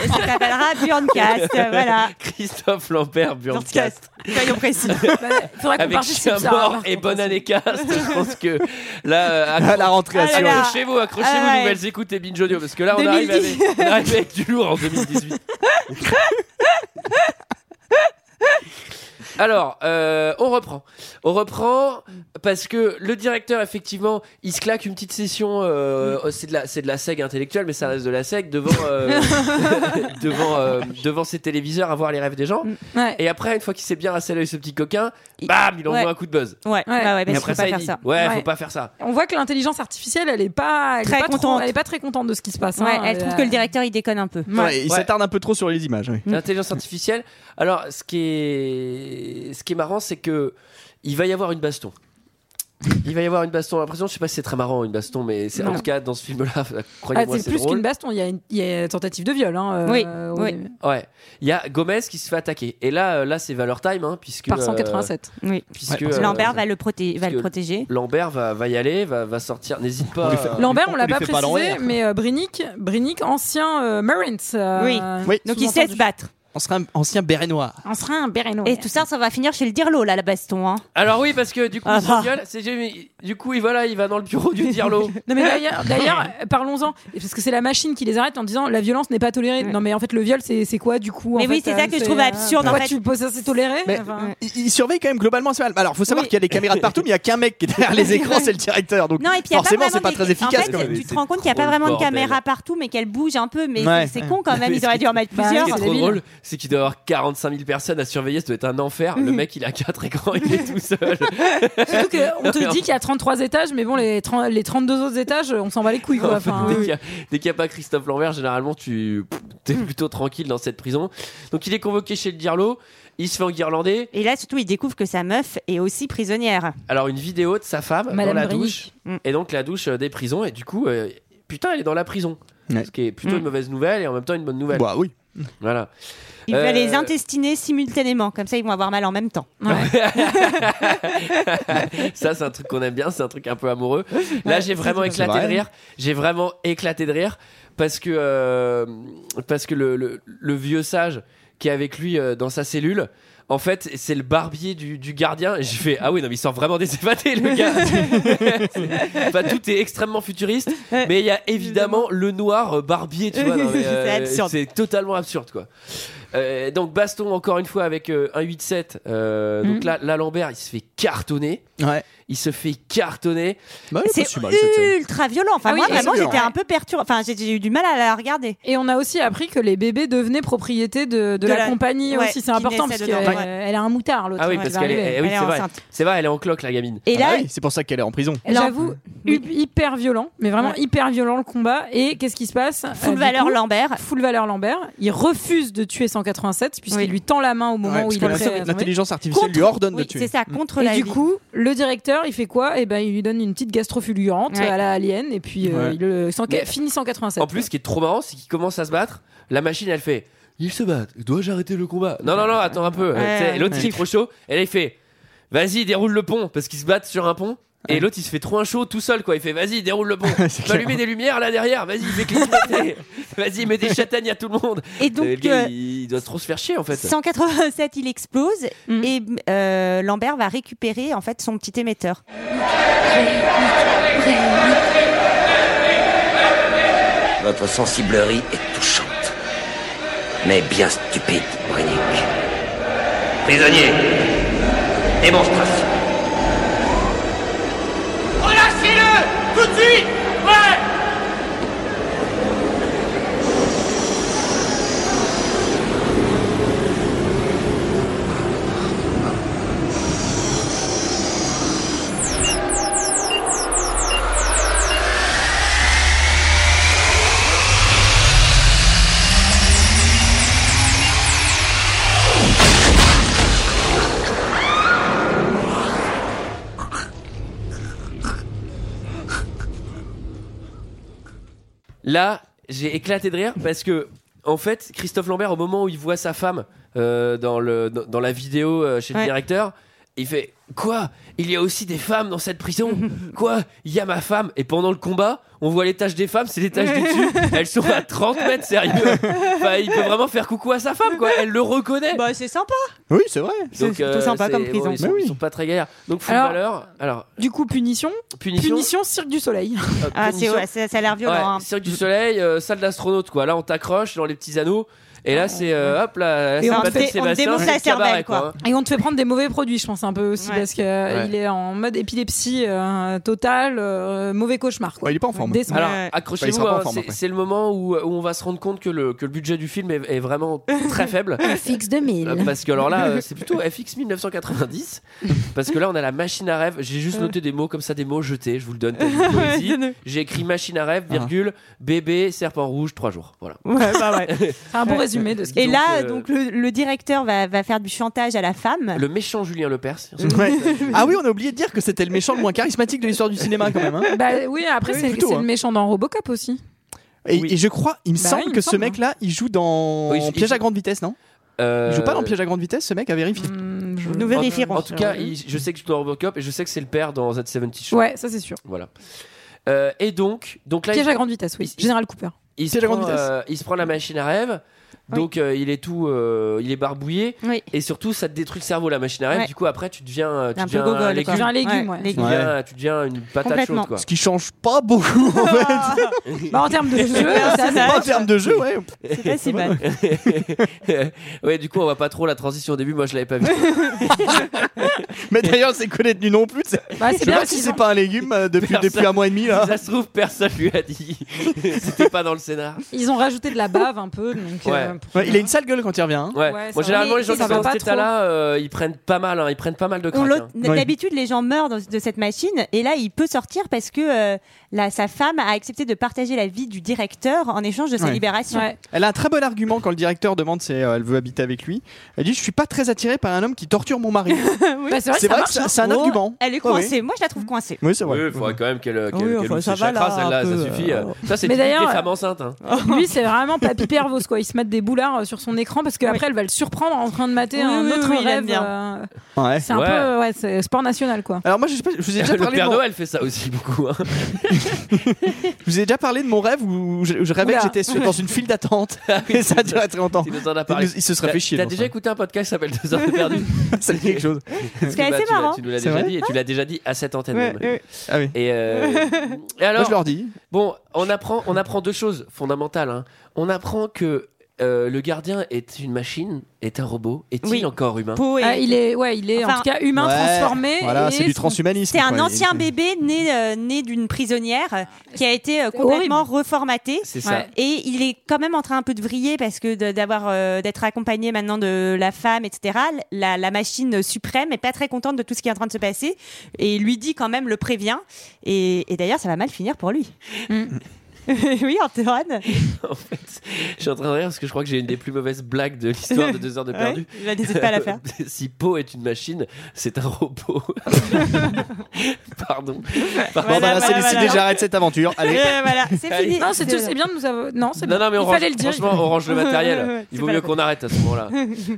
Ça s'appellera Burncast. euh, Voilà.
Christophe Lambert Burncast.
Burncast. Soyons précis.
Faudrait qu'on
Avec
parte chez
chien mort et bonne année cast. Je pense que là, euh,
à la rentrée
Ah
à
là
Sion.
là.
Accrochez-vous, accrochez-vous,
Ah ouais.
nouvelles écoutes et binge audio, parce que là, on arrive, avec,
2010.
on arrive avec du lourd en 2018. Alors, euh, on reprend. On reprend parce que le directeur, effectivement, il se claque une petite session. euh,
Mm.
oh, c'est de la, c'est de la seg intellectuelle, mais ça reste de la seg devant, euh, devant, euh, devant ses téléviseurs à voir les rêves des gens.
Mm. Ouais.
Et après, une fois qu'il s'est bien rassé l'œil, ce petit coquin,
Il-
bam, il envoie
Ouais.
un coup de buzz.
Ouais, bah ouais,
Et
parce qu'il
après
faut pas
il
faire
dit,
ça.
Ouais, faut
Ouais.
pas faire ça.
On voit que l'intelligence artificielle, elle est pas, elle est
Très
pas trop-
contente.
elle est pas très contente de ce qui se passe.
Ouais,
hein.
elle trouve que le directeur il déconne un peu.
Ouais, il
Ouais.
s'attarde un peu trop sur les images.
Mm.
oui.
L'intelligence artificielle. Alors, ce qui est, ce qui est marrant, c'est que il va y avoir une baston. Il va y avoir une baston. J'ai L'impression, je sais pas si c'est très marrant une baston, mais c'est en
Non.
tout cas dans ce film-là,
Ah,
croyez-moi,
c'est
c'est
plus qu'une
drôle.
baston, il y a une, il y a une tentative de viol. hein, euh,
Oui,
au
oui.
début.
Ouais. Il y a Gomez qui se fait attaquer. Et là, euh, là, c'est Valor Time, hein, puisque
Par
euh,
187.
Oui.
puisque
Ouais,
euh,
Lambert va le, proté- va
parce
le
que-
protéger.
Lambert va, va y aller, va, va sortir. N'hésite
On
pas.
lui fait-
euh,
Lambert,
on
on l'a
lui
pas
fait pas
précisé,
l'envers.
mais euh, Brinnick, Brinnick, ancien euh, Marines. euh,
Oui.
Oui.
Donc il sait se battre.
On serait un ancien béret noir.
On sera un Bérénois.
Et tout ça, ça va finir chez le Dirlo, là, la baston. Hein.
Alors oui, parce que du coup,
Ah
il
bah.
s'engueule. C'est Jamie. Du coup, il va là, il va dans le bureau du Dirlo.
Non mais d'ailleurs, d'ailleurs, euh, parlons-en, parce que c'est la machine qui les arrête en disant la violence n'est pas tolérée.
Ouais.
Non mais en fait le viol c'est c'est quoi du coup en
Mais oui,
fait,
c'est ça
euh,
que je trouve absurde, en
Pourquoi
fait.
tu poses ça c'est toléré
Ah,
Mais-
Enfin,
Ben, Il, il surveille quand même globalement assez mal. Alors, faut savoir
Oui.
qu'il y a des caméras de partout, mais il n'y a qu'un mec qui est derrière les écrans, c'est le directeur. Donc,
Non, et puis il y a
forcément,
pas
c'est pas
vraiment
très
des-
efficace.
En
quand
fait,
même.
tu te rends compte qu'il n'y a
trop
pas
le
vraiment de
bordel.
caméra partout, mais qu'elle bouge un peu. Mais
Ouais.
c'est c'est con quand même, ils auraient dû en mettre
Bah,
plusieurs.
Ce qui est
c'est
trop
débile.
drôle, c'est qu'il doit y avoir 45 000 personnes à surveiller, ça doit être un enfer.
Mhm.
Le mec, il a quatre écrans, il est tout seul.
surtout
Non,
qu'on
mais
te dit qu'il y a 33 étages, mais bon les, 30 les 32 autres étages, on s'en va les couilles quoi.
En fait,
Enfin,
dès
oui.
qu'il y a- dès qu'il n'y a, pas Christophe Lambert, généralement, tu es
Mhm.
plutôt tranquille dans cette prison. Donc, il est convoqué chez le Dirlo. Il se fait enguirlander.
Et là, surtout, il découvre que sa meuf est aussi prisonnière.
Alors, une vidéo de sa femme
euh, Madame
dans la
Brignic.
douche. Et donc, la douche euh, des prisons. Et du coup, euh, putain, elle est dans la prison.
Ouais.
Ce qui est plutôt
Mm.
Mhm.
une mauvaise nouvelle et en même temps une bonne nouvelle.
Bah oui.
Voilà.
Il
Euh,
va les intestiner simultanément, comme ça ils vont avoir mal en même temps.
Ça, c'est un truc qu'on aime bien, c'est un truc un peu amoureux. Là, j'ai vraiment
c'est
éclaté
vrai.
de rire. J'ai vraiment éclaté de rire parce que, euh, parce que le, le- le vieux sage qui est avec lui euh, dans sa cellule, en fait, c'est le barbier du, du gardien. Et j'ai fait Ah oui, non, mais il sort vraiment des évadés, le gars. Enfin, tout est extrêmement futuriste, mais il y a évidemment le noir euh, barbier, tu vois. non, mais, euh,
C'est absurde.
C'est totalement absurde, quoi. Euh, donc, baston encore une fois avec euh, un 8-7. Euh, Donc
Mhm.
là, là, Lambert, il se fait cartonner.
Ouais.
Il se fait cartonner.
Bah, elle est
C'est
pas si mal, cette scène.
ultra violent. Enfin,
Ah oui,
moi,
et
vraiment,
c'est
j'étais
violent.
un peu perturbée. Enfin, j'ai- j'ai eu du mal à la regarder.
Et on a aussi appris que les bébés devenaient propriété de, de la,
la-
compagnie
ouais,
aussi.
qui
C'est important
naissait
parce qu'elle
dedans, ouais.
elle a un moutard, l'autre.
Ah oui,
elle
parce
va
qu'elle
arriver.
est, eh oui,
Elle est
c'est vrai.
enceinte.
C'est vrai, elle est en cloque, la gamine.
Et
Ah bah
là,
oui, c'est pour ça qu'elle est en prison.
Et J'avoue,
Oui.
hu- hyper violent, mais vraiment
Ouais.
hyper violent le combat. Et qu'est-ce qui se passe
full
Euh, du
valeur
coup,
Lambert.
Full valeur Lambert. Il refuse de tuer 187 puisqu'il
Oui.
lui tend la main au moment
Ouais,
où
parce
il
que
est
la-
prêt à tomber.
L'intelligence artificielle lui ordonne
Oui,
de tuer.
c'est ça, contre la
Et du
vie.
coup, le directeur, il fait quoi Et ben, il lui donne une petite gastrofulgurante
Ouais.
à la alien, et puis euh,
Ouais.
il le cent-
Mais-
finit 187.
En plus, ce qui est trop marrant, c'est qu'ils commencent à se battre. La machine, elle fait Ils se battent, dois-je arrêter le combat Non, non, non, attends un peu.
Ouais.
Tu sais, L'autre, il est trop chaud. Et là, il fait Vas-y, déroule le pont, parce qu'ils se battent sur un pont. Et l'autre, il se fait trop un chaud tout seul, quoi. Il fait Vas-y, déroule le pont.
C'est
Faut
clair.
allumer des lumières là derrière. Vas-y, fais clignoter. Vas-y, mets des châtaignes à tout le monde.
Et donc,
le gars,
euh,
il, il doit trop se faire chier, en fait.
187, il explose
Mm.
et euh, Lambert va récupérer en fait son petit émetteur.
Votre sensiblerie est touchante, mais bien stupide, Brinnick. Prisonnier, démonstration.
Relâchez-le Tout de suite Ouais
Là, j'ai éclaté de rire parce que, en fait, Christophe Lambert, au moment où il voit sa femme euh, dans, le, dans, dans la vidéo euh, chez le
Ouais.
directeur, il fait Quoi Il y a aussi des femmes dans cette prison Quoi Il y a ma femme Et pendant le combat, on voit les tâches des femmes, c'est les tâches du dessus. Elles sont à 30 mètres, sérieux. Enfin, il peut vraiment faire coucou à sa femme, quoi. Elle le reconnaît. euh,
Bah c'est sympa.
Oui, c'est vrai.
c'est plutôt sympa
c'est-
comme
bon,
prison.
ils, sont,
Mais oui.
ils sont pas très gaillards. Donc, full
Alors-
valeur. Alors,
Du coup, punition.
punition.
Punition, Cirque du Soleil.
euh,
Ah c'est
punition.
ouais, ça, ça a l'air violent.
Ouais,
hein.
Cirque du Soleil, euh, salle d'astronaute quoi. Là on t'accroche dans les petits anneaux et là c'est euh, hop là,
Ah, Et
c'est
on te
Patel
dé- on te
Sébastien,
démonte
c'est
la
le cabaret,
cervelle, quoi.
hein.
Et on te fait prendre des mauvais produits, je pense un peu aussi,
Ouais.
parce que euh,
Ouais.
il est en mode épilepsie euh, totale, euh, mauvais cauchemar. Quoi.
Ouais, il est pas en forme.
Descend.
Alors
Ouais.
Bah, il
accrochez-vous,
sera pas en
hein,
forme
c'est-
après.
c'est le moment où, où on va se rendre compte que le, que le budget du film est, est vraiment très faible.
fixe 2000.
Euh, Parce que alors là, euh, c'est plutôt FX 1990. Parce que là, on a la machine à rêve. J'ai
Euh.
juste noté des mots comme ça, des mots jetés. Je vous le donne. comme une poésie. J'ai écrit machine à rêve,
Ah.
virgule, bébé, serpent rouge, trois jours. Voilà.
Ouais, bah ouais.
C'est un bon résumé de ce
Et
qu'il
là,
euh,
donc le, le directeur va, va faire du chantage à la femme.
Le méchant Julien Lepers.
Ouais. Ah oui, on a oublié de dire que c'était le méchant le moins charismatique de l'histoire du cinéma quand même. hein.
Bah oui, après
Oui,
c'est
plutôt,
c'est
hein.
le méchant dans Robocop aussi.
Et,
Oui.
et je crois, il me
Bah
semble
oui, il me
que ce
semble,
hein.
mec-là, il joue dans
Oui, il- il
Piège à
joue-
grande vitesse, non
euh,
Il joue pas dans Piège à grande vitesse, ce mec à vérifier.
Hmm, je-
Nous
En-
vérifierons. Ah
En tout cas, il- je sais que je suis dans Robocop et je sais que c'est le père dans Z70 Show.
Ouais, ça c'est sûr.
Voilà. Euh, et donc, donc là,
Piège
il,
à grande vitesse, oui.
il-
Général Cooper.
il se
piège à grande
prend,
vitesse.
euh, il se prend la machine à rêve.
Oui.
Donc euh, il est tout, euh, il est barbouillé
Oui.
et surtout ça te détruit le cerveau la machine à rêve.
Ouais.
Du coup après tu deviens, euh, tu
un peu
deviens
gogol.
un
quoi.
légume,
Tu deviens un légume, ouais.
tu
légume.
deviens, euh, tu deviens une patate
Complètement.
chaude quoi.
Ce qui change pas beaucoup en
Ah,
fait.
Bah, en termes de jeu, ça, ça-
en termes de jeu, ouais.
C'est pas si mal.
ouais du coup on voit pas trop la transition au début. Moi je l'avais pas vu.
Mais d'ailleurs, c'est connaître nu non plus. tu sais.
Ah,
bah,
Je
c'est
sais
bien
pas si
qu'ils
c'est
ont-
pas un légume euh, depuis,
Personne.
depuis un mois et demi là.
ça se trouve personne lui a dit. C'était pas dans le scénar.
ils ont rajouté de la bave un peu. Donc,
Ouais.
euh, pour-
Ouais, il a une sale gueule quand il revient. hein.
Ouais.
Ouais, ça
Moi
va.
généralement
Mais
les gens qui
ça
sont
va
dans
pas
cet
trop.
état-là, euh, ils prennent pas mal, hein, ils prennent pas mal de
On
crack. hein.
l'autre-
Oui.
D'habitude, les gens meurent dans- de cette machine, et là, il peut sortir parce que euh, là, sa femme a accepté de partager la vie du directeur en échange de sa
Ouais.
libération.
Ouais.
Elle a un très bon argument quand le directeur demande si euh, elle veut habiter avec lui. Elle dit Je suis pas très attirée par un homme qui torture mon mari.
Bah, c'est vrai, que
c'est
ça
vrai que
marche.
c'est
hein.
c'est un
Oh,
argument.
Elle est
Ah oui.
coincée. Moi, je la
Mmh.
trouve coincée.
Oui, c'est
Oui,
vrai.
il faudra quand même qu'elle qu'elle-
Mhm. Ah Oui,
qu'elle
enfin,
ouvre
ça
ses
va, là,
chakras, celle-là,
un
ça
peu,
suffit.
euh,
Ça, c'est
Mais
typique des
d'ailleurs,
femmes enceintes. hein.
Lui, c'est vraiment papy pervos quoi. Il se met mettre des boulards euh, sur son écran parce qu'après, elle va le surprendre en train de mater
Oui,
un
oui,
autre
oui, il aime
rêve.
bien.
euh,
Ouais.
C'est un
Ouais.
peu ouais, c'est sport national, quoi.
Alors moi, je, sais pas, je vous ai déjà
Le
parlé.
Père
de mon...
Noël fait ça aussi beaucoup. hein.
Je vous ai déjà parlé de mon rêve où je, où je rêvais
Oula.
que j'étais sur- dans une file d'attente
Ah
et ça a duré très longtemps.
Tu nous en as parlé.
Il, il se serait
T'as-
fait chier.
T'as
dans
déjà écouté un podcast qui s'appelle Deux heures de perdu
ça. Ça dit quelque chose.
Parce que bah,
assez
tu l'as-
marrant.
Tu nous l'as
C'est
déjà
vrai
dit et tu l'as déjà dit à cette antenne.
Ouais,
même.
ouais.
Ah oui.
Et, euh, et alors,
Moi, je leur dis.
bon, on apprend, on apprend deux choses fondamentales. hein. On apprend que euh, le gardien est une machine, est un robot, est-il
Oui.
encore humain
Poe est-
Ah, il est, ouais, il est en
Enfin,
tout cas humain
Ouais,
transformé.
Voilà,
et
c'est du
son-
transhumanisme.
C'est un
quoi.
ancien
Il-
bébé né, euh, né d'une prisonnière euh, qui a été euh,
C'est
complètement reformaté.
C'est ça.
Ouais.
Et il est quand même en train un peu de vriller parce que de- d'avoir euh, d'être accompagné maintenant de la femme, etc. La, la machine suprême est pas très contente de tout ce qui est en train de se passer et lui dit quand même le prévient. Et, et d'ailleurs, ça va mal finir pour lui.
Mm.
oui, Antoine.
En fait, je suis en train de rire parce que je crois que j'ai une des plus mauvaises blagues de l'histoire de Deux heures de
Ouais,
perdu.
je n'hésite pas à la faire.
si Poe est une machine, c'est un robot. Pardon. Pardon.
Bon,
Voilà,
bah là, c'est
voilà,
décidé,
voilà.
j'arrête cette aventure.
Et
Allez.
voilà, c'est
Allez.
fini.
Non, c'est tout- c'est bien de nous avoir. Non, c'est
Non, non, mais
il
on range,
fallait le dire.
franchement, on range le matériel.
C'est
Il vaut
pas
mieux
la peine.
qu'on arrête à ce moment-là.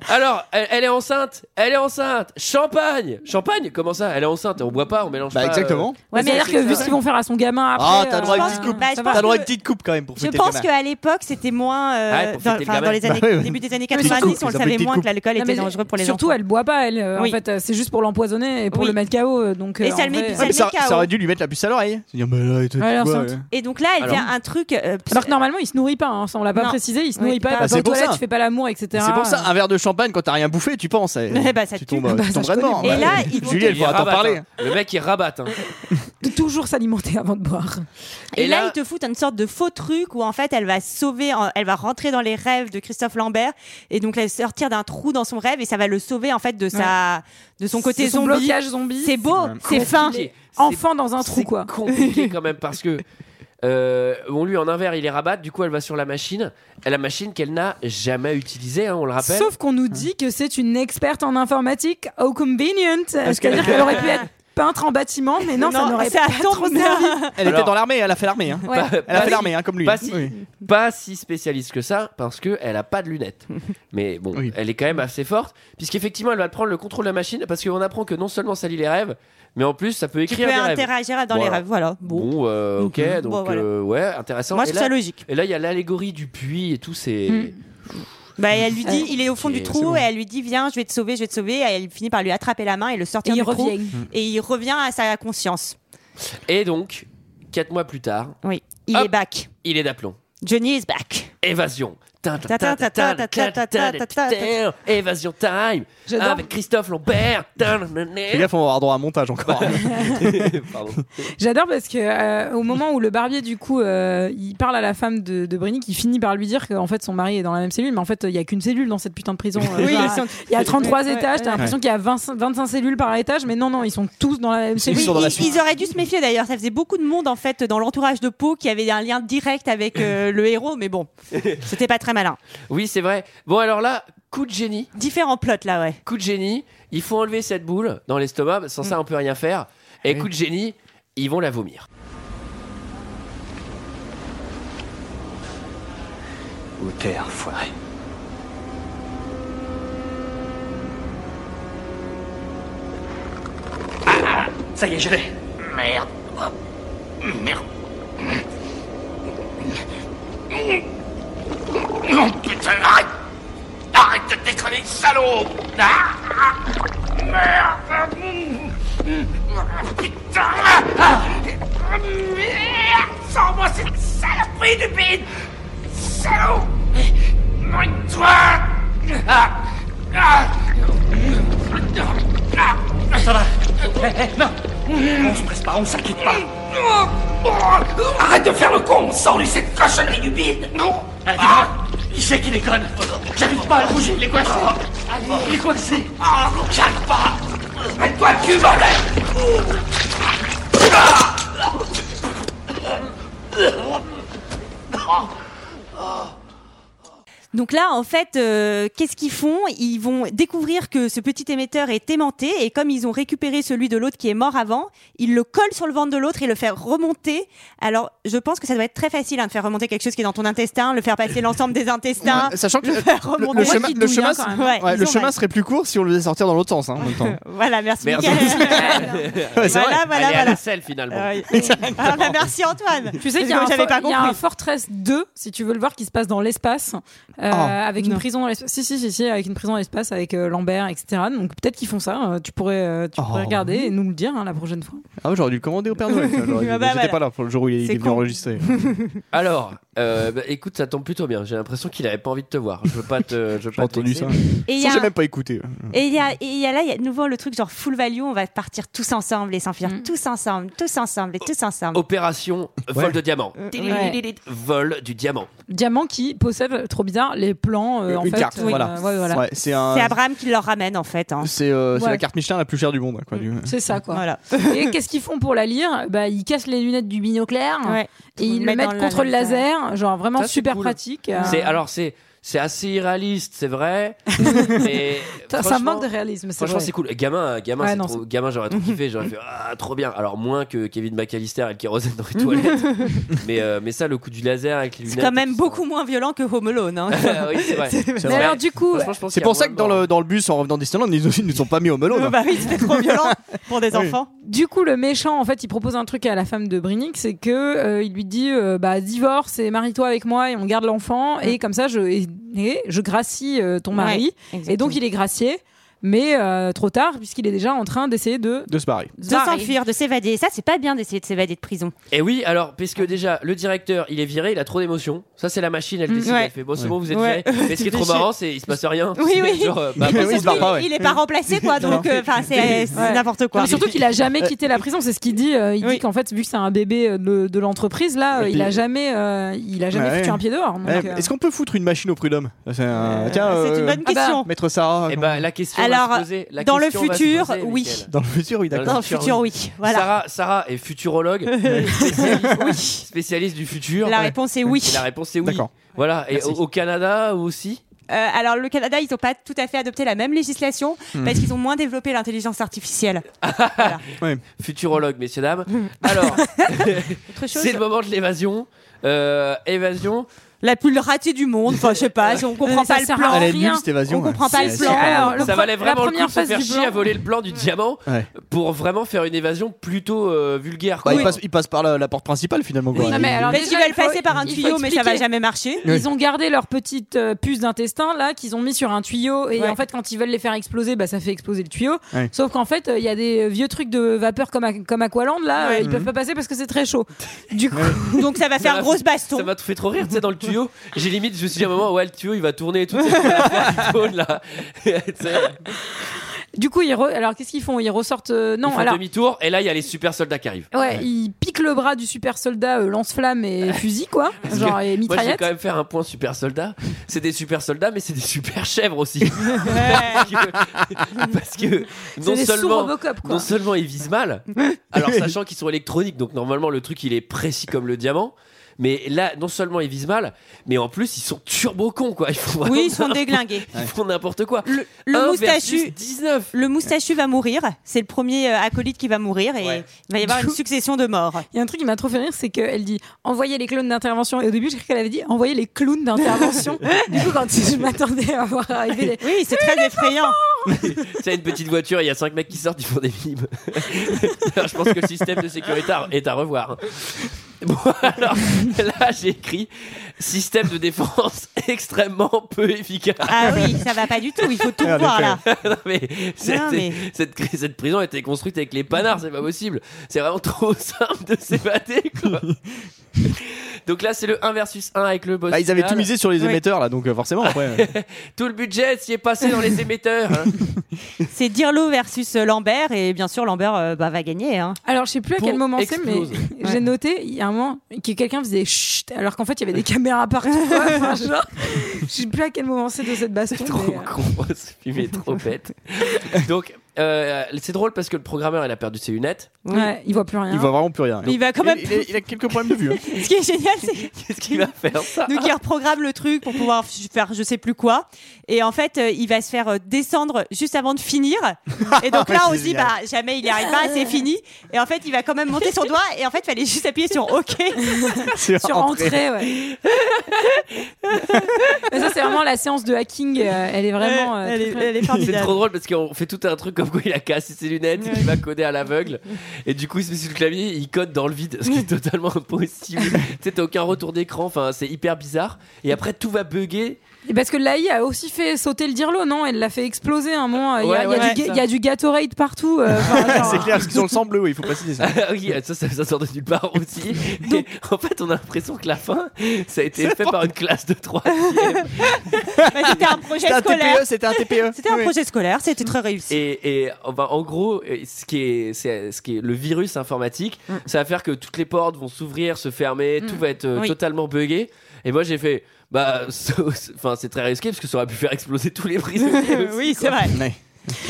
Alors, elle, elle est enceinte. Elle est enceinte. Champagne. Champagne Comment ça Elle est enceinte. On boit pas, on mélange
Bah
pas. euh,
exactement.
Ouais, mais
Mais
c'est-à-dire
c'est
que vu
ça.
ce qu'ils vont faire à son gamin après.
Ah, t'as
euh,
droit à une
je
petite
pense-
coupe.
Bah, je
ça va.
pense
T'as le droit à
que-
une petite coupe quand même pour
Je
fêter
pense
le gamin.
qu'à l'époque, c'était moins. euh,
Ah Ouais, pour
dans,
fêter le
enfin, dans
gamin.
les années,
Bah oui, oui.
début des années
Mais surtout,
90, on le
ils avaient
savait
des
moins
coupes.
que l'alcool
Non,
était
mais
dangereux pour les
surtout,
enfants.
elle boit pas, elle. euh,
Oui.
En fait, euh, c'est juste pour l'empoisonner et pour
Oui.
le mettre KO. euh, Donc,
Et
euh,
ça
en
le met-
vrai,
Ouais,
ça
mais
le
ça,
met KO.
ça aurait dû lui mettre la puce à l'oreille. Se dire, mais là, et toi,
Elle est
tu vois,
enceinte.
euh.
Et donc là, elle
Alors-
fait un truc. euh, parce
Alors que
que-
normalement, il se nourrit pas, hein, ça on l'a pas
Non.
précisé, il se nourrit
Oui.
pas, il
Bah,
va pas
c'est
aux
pour
toilettes,
ça.
tu fais pas l'amour, etc.
C'est pour ça, un verre de champagne quand t'as rien bouffé, tu penses. eh,
Eh bah, ça
tu
tue.
tombes,
Bah,
tu
ça,
tombes
je connais.
vraiment.
Et là, ils vont
Julie, elle
Il
va t'en
rabatte,
parler.
hein. Le mec, il rabatte. hein.
De Euh, toujours s'alimenter avant de boire.
Et,
Et
là,
là-
ils te foutent une sorte de faux truc où en fait, elle va sauver, en- elle va rentrer dans les rêves de Christophe Lambert et donc elle va sortir d'un trou dans son rêve et ça va le sauver en fait de sa, de son côté
son
zombie.
blocage zombie.
C'est beau,
Ouais.
c'est fin.
C'est-
Enfant dans un trou,
c'est
quoi.
compliqué quand même parce que. euh, bon, lui en un verre, il les rabatte. Du coup, elle va sur la machine. La machine qu'elle n'a jamais utilisée, hein, on le rappelle.
Sauf qu'on nous dit que c'est une experte en informatique, au convenient. C'est-à-dire qu'elle aurait pu être peintre en bâtiment, mais non, ça n'aurait
ça
pas
tombe
trop
bien.
servi.
Elle
Alors-
était dans l'armée, elle a fait l'armée. hein.
Ouais.
Pas-
Elle a
pas
fait
si-
l'armée, hein, comme lui.
pas
hein.
si-
Oui.
pas si spécialiste que ça parce que elle a pas de lunettes. Mais bon,
Oui.
elle est quand même assez forte puisqu'effectivement elle va prendre le contrôle de la machine parce qu'on apprend que non seulement ça lit les rêves, mais en plus ça peut
Tu
écrire
peux
des rêves.
interagir dans les
Voilà.
rêves, voilà. Bon.
Bon, euh, ok,
Mhm.
donc
Bon, voilà.
euh, ouais, intéressant.
Moi, je
et,
trouve ça Mhm.
là,
logique.
et là, il y a l'allégorie du puits et tout, c'est
Bah, et elle lui dit, il est au fond
Ok,
du
c'est
trou et elle lui dit, viens, je vais te sauver, je vais te sauver. Et elle finit par lui attraper la main et le
Et
sortir
il
du trou.
revient.
Et il revient à sa conscience.
et donc quatre mois plus tard,
Oui, il
Hop.
est back.
il est d'aplomb.
Johnny is back.
Évasion. Tin, tin, tin,
Ta,
tin,
ta,
tin,
ta, ta,
tin, tin,
ta, ta,
tin,
ta, ta,
tin, Évasion time
J'adore.
avec Christophe Lambert. Tin, nan, nan,
Fais
nan.
gaffe, on va avoir droit à un montage encore.
Pardon.
J'adore parce que euh, au moment où le barbier du coup euh, il parle à la femme de, de Brigny qui finit par lui dire qu'en fait son mari est dans la même cellule mais en fait il y a qu'une cellule dans cette putain de prison. euh,
Oui,
genre,
ils sont-
il y a 33
Ouais,
étages,
ouais,
t'as l'impression qu'il y a 20 25 cellules par étage mais non non, ils sont tous dans la même
Ils
cellule.
sont dans la suite.
Ils auraient dû se méfier d'ailleurs. Ça faisait beaucoup de monde en fait dans l'entourage de Poe qui avait un lien direct avec euh, le héros, mais bon, c'était pas très malin.
Oui, c'est vrai. Bon, alors là, coup de génie.
Différents plots là, ouais.
Coup de génie, il faut enlever cette boule dans l'estomac, sans ça on peut rien faire. Et coup de génie, ils vont la vomir.
Ou terre, foiré.
Ça y est, je l'ai. Merde. Oh, Merde. Non, putain, arrête Arrête de déconner, salaud Ah, ah, Merde Putain Ah, Merde Sors-moi cette saloperie du bide Salaud Mouille-toi ah, ah. Ah. Ça va Eh, eh, Non on se presse pas, on s'inquiète pas. Arrête de faire le con, sors-lui cette cochonnerie du bide. Non. Ah, il sait qu'il déconne. J'arrive pas à le bouger, il est coincé. Il est coincé. Ah, j'arrive pas. Mets-toi le cul, bordel.
Donc là, en fait, euh, qu'est-ce qu'ils font Ils vont découvrir que ce petit émetteur est aimanté et comme ils ont récupéré celui de l'autre qui est mort avant, ils le collent sur le ventre de l'autre et le font remonter. Alors, je pense que ça doit être très facile hein, de faire remonter quelque chose qui est dans ton intestin, le faire passer l'ensemble des intestins.
Ouais, sachant que
le faire
le- le,
remonter.
chemin, le
douille,
chemin
hein, quand même.
Ouais,
ouais,
ils
le
ont
chemin
mal.
serait plus court si on le faisait sortir dans l'autre sens hein, en même temps.
Voilà, merci.
Merci.
Mickaël.
Ouais, c'est
Elle
vrai.
voilà, voilà,
est à
voilà.
la selle finalement.
Euh, ah, bah, merci Antoine.
Tu sais qu'il y, a
Parce
un
que j'avais
for-
pas
il y a un
compris.
Fortress 2, si tu veux le voir, qui se passe dans l'espace, euh,
Ah,
avec une prison dans l'espace. Si, si, si, si, avec une prison dans l'espace, avec euh, Lambert, etc. Donc peut-être qu'ils font ça. euh, tu pourrais, euh, tu
Oh,
pourrais regarder et nous le dire hein, la prochaine fois.
Ah, ouais, j'aurais dû le commander au Père Noël. ça, j'aurais dû-
Ah bah
J'étais
voilà.
pas là pour le jour où il
C'est
est venu
con.
enregistrer.
Alors, euh, bah, écoute, ça tombe plutôt bien. J'ai l'impression qu'il avait pas envie de te voir. Je veux pas te. Je veux
J'ai
pas te
entendu
vexer.
ça.
Et il y
Ça,
a
J'ai
un-
même pas écouté.
Et il y a, et il y a là, il y a de nouveau le truc genre full value, on va partir tous ensemble et s'enfuir
Mm.
tous ensemble, tous ensemble et tous ensemble.
Oh.
Euh,
Opération vol de diamant.
Ouais.
Vol du diamant.
Diamant qui possède, euh, trop bizarre, les plans euh, en
Une
fait.
carte,
euh,
voilà.
ouais, voilà.
Ouais, c'est un-
C'est Abraham qui leur ramène en fait. hein.
c'est, euh, c'est
Ouais.
la carte Michelin la plus chère du monde. hein, Quoi, du-
C'est ça quoi.
Voilà.
Et qu'est-ce qu'ils font pour la lire Bah ils cassent les lunettes du binoclaire
Ah.
Ouais.
et ils
Ils
le
mettent
mettent
dans le
contre le
laser.
laser, genre vraiment
Ça, c'est
super
cool.
pratique.
Ah.
euh,
C'est alors c'est c'est assez irréaliste, c'est vrai. mais
ça- ça
franchement-
manque de réalisme. c'est
Franchement,
vrai.
c'est cool. Gamin, gamin,
Ouais,
c'est
non,
trop- gamin, j'aurais trop kiffé. J'aurais fait ah, trop bien. Alors moins que Kevin McAllister et le kérosène dans les toilettes. mais euh, mais ça, le coup du laser avec les
C'est
lunettes.
quand même
tout
beaucoup moins violent que Home Alone. hein.
ça. oui, c'est vrai.
C'est
Mais
vrai.
alors du coup,
Franchement, je pense
C'est
qu'il y a
pour ça que
moins
dans
de-
le, dans le bus en revenant d'Island, ils nous, ils nous ont pas mis au melon.
bah oui, c'était trop violent pour des
hein. Ah Oui.
enfants.
Du coup, le méchant, en fait, il propose un truc à la femme de Brinick, c'est que euh, il lui dit, euh, bah, divorce et marie-toi avec moi et on garde l'enfant et comme ça, je, et- et je gracie euh, ton mari. et donc, il est gracié, mais euh, trop tard puisqu'il est déjà en train d'essayer de.
De se barrer.
de
barrer.
s'enfuir, de s'évader. Ça, c'est pas bien d'essayer de s'évader de prison.
Bah,
Et oui, alors, parce que déjà, le directeur, il est viré, il a trop d'émotions. Ça, c'est la machine, elle
Mm,
décide,
ouais.
elle fait bon, c'est
Ouais.
bon, vous êtes
Ouais.
viré. Mais ce qui est trop
Déchiré.
marrant, c'est il se passe rien.
Oui,
C'est
oui.
genre, euh, bah,
Mais oui,
bah,
il se barre pas, ouais.
Il est pas remplacé, quoi.
Non.
Donc, euh, enfin, c'est c'est n'importe quoi.
Enfin, surtout qu'il a jamais quitté la prison, c'est ce qu'il dit. euh, il
Oui.
dit qu'en fait, vu que c'est un bébé euh, de, de l'entreprise, là, euh, il a jamais, euh, il a jamais
Ouais.
foutu un pied dehors. donc,
Eh,
euh,
Est-ce qu'on peut foutre une machine au prud'homme C'est un-
Euh,
Tiens,
C'est une
euh,
bonne
Ah bah,
question. Eh
Maître Sarah.
Et
comment-
bah, la question va
Alors,
se poser. la
dans le
question va se
futur,
poser,
oui.
Mickaël.
Dans le futur, oui,
ben, Dans
d'accord.
le futur, oui. Voilà.
Sarah, Sarah est futurologue, spécialiste, spécialiste du futur.
La réponse est oui.
Et la réponse c'est oui.
D'accord.
Voilà. Et
Merci.
au, au Canada aussi.
Euh, alors le Canada, ils n'ont pas tout à fait adopté la même législation
Hmm.
parce qu'ils ont moins développé l'intelligence artificielle.
Futurologue, messieurs dames.
Hmm.
Alors,
Autre chose,
c'est le moment de l'évasion. Euh, évasion.
la plus ratée du monde. Enfin, je sais pas, on comprend
Euh, ça
pas le
sert à
plan.
Elle est
rien.
nulle cette évasion.
On comprend pas
C'est-
le
c'est-
plan.
Alors, le
ça
pre-
valait
la
vraiment le coup
première
de se
phase
faire
du
chier
plan.
à voler le plan du diamant
Ouais.
pour vraiment faire une évasion plutôt euh, vulgaire.
Bah,
quoi.
il, passe, il passe par la, la porte principale finalement. Quoi.
Oui, non, mais
Il-
alors,
Parce qu'ils
Déjà,
veulent
il faut-
passer par un
il faut
tuyau, mais ça va
expliquer.
jamais marcher.
Ils ont gardé leur petite euh, puce d'intestin là qu'ils ont mis sur un tuyau et
Ouais.
en fait quand ils veulent les faire exploser bah ça fait exploser le tuyau.
Ouais.
Sauf qu'en fait euh, il y a des vieux trucs de vapeur comme à, comme Aqualand là
Ouais.
euh, ils peuvent pas passer parce que c'est très chaud. Du coup
Donc ça va faire
Ça-
grosse
Ça
baston.
m'a tout fait trop rire, tu sais, dans le tuyau. J'ai limite, je me suis dit à un moment, ouais, le tuyau, il va tourner et tout. c'est quoi l'affaire qui tourne, là. Tu sais,
du coup ils re- alors qu'est-ce qu'ils font ils ressortent euh,
ils
non
font
alors
demi-tour et là, il y a les super soldats qui arrivent.
ouais, ils piquent le bras du super soldat euh, lance-flamme et fusil quoi genre et
Moi, je vais
mitraillette.
quand même faire un point super soldat. C'est des super soldats, mais c'est des super chèvres aussi.
Ouais.
Parce que- parce que non
C'est des sous
seulement,
Robocop quoi.
non seulement ils visent mal, alors sachant qu'ils sont électroniques, donc normalement le truc il est précis comme le diamant. Mais là, non seulement ils visent mal, mais en plus ils sont turbo cons quoi. Ils font
Oui,
vraiment
ils sont
n'importe-
déglingués.
Ils font n'importe quoi.
Le, le
Oh,
1 versus
moustachu.
19.
Le moustachu va mourir, c'est le premier euh, acolyte qui va mourir et
Ouais.
il va y avoir
Du
une
coup-
succession de morts.
Il y a un truc qui m'a trop fait rire, c'est qu'elle dit envoyez les clowns d'intervention. Et au début, j'ai cru qu'elle avait dit envoyez les clowns d'intervention. du coup, quand je m'attendais à voir arriver les.
Oui, c'est très effrayant.
C'est une petite voiture, il y a 5 mecs qui sortent, ils font des mimes. Alors, je pense que le système de sécurité à- est à revoir. Bon, alors là, j'ai écrit système de défense extrêmement peu efficace.
Ah oui, ça va pas du tout. Il faut tout
Ah, en
voir
effet.
là.
Non, mais cette,
mais-
cette, cri- cette prison a été construite avec les panards, c'est pas possible. C'est vraiment trop simple de s'évader, quoi. Donc là, c'est le 1 versus 1 avec le boss.
Bah, ils avaient
final.
tout misé sur les
Ah, Oui.
émetteurs là, donc euh, forcément. Après, euh,
Tout le budget s'y est passé dans les émetteurs. hein.
C'est Dirlo versus euh, Lambert et bien sûr Lambert euh, bah, va gagner. hein.
Alors, je sais plus à quel
Pour
moment c'est, mais
explose.
j'ai noté, il y a un moment, que quelqu'un faisait chut, alors qu'en fait, il y avait des caméras partout. quoi. Enfin, genre, je sais plus à quel moment c'est de cette baston.
trop
mais, euh,
con, ce film est trop bête. Donc, euh, c'est drôle parce que le programmeur il a perdu ses lunettes.
Ouais, il voit plus rien.
Il voit vraiment plus rien.
Mais il va quand même.
il, il a quelques problèmes de vue. hein.
Ce qui est génial, c'est
Qu'est-ce qu'il va faire ça
Donc il reprogramme le truc pour pouvoir f- faire je sais plus quoi. Et en fait, euh, il va se faire euh, descendre juste avant de finir. Et donc là, on
C'est
se dit,
génial.
bah, jamais il n'y arrive pas, c'est fini. Et en fait, il va quand même monter son doigt. Et en fait, il fallait juste appuyer sur OK.
C'est
Sur
rentré.
entrée, ouais. Mais ça, c'est vraiment la séance de hacking. euh, elle est vraiment. euh,
elle,
très,
est,
très-
elle est
C'est
formidable.
trop drôle parce qu'on fait tout un truc comme quoi il a cassé ses lunettes, il va coder à l'aveugle et du coup il se met sur le clavier, il code dans le vide, ce qui est totalement impossible. tu sais, t'as aucun retour d'écran, enfin c'est hyper bizarre. Et après tout va bugger.
Et parce que l'AI a aussi fait sauter le dirlo, non Elle l'a fait exploser à un moment. euh, Il y
Ouais,
a- il y, a
ouais,
du
ouais,
ga- il y a du Gatorade partout. euh, enfin, genre,
C'est clair, parce qu'ils ont le sang bleu, oui, il faut préciser ça.
Ah oui, ça, ça, ça sort de nulle part aussi. Et en fait, on a l'impression que la fin, ça a été fait par une classe de 3
Bah, c'était un projet
C'était un
scolaire.
TPE, c'était un TPE.
C'était un
Oui.
projet scolaire, c'était très réussi.
Et, et, enfin, en gros, euh, ce qui est, c'est- ce qui est le virus informatique,
Mm.
ça va faire que toutes les portes vont s'ouvrir, se fermer, tout va être euh,
Oui.
totalement buggé. Et moi, j'ai fait, bah, ça- enfin, c'est très risqué parce que ça aurait pu faire exploser tous les prisonniers. aussi,
oui,
quoi.
c'est vrai.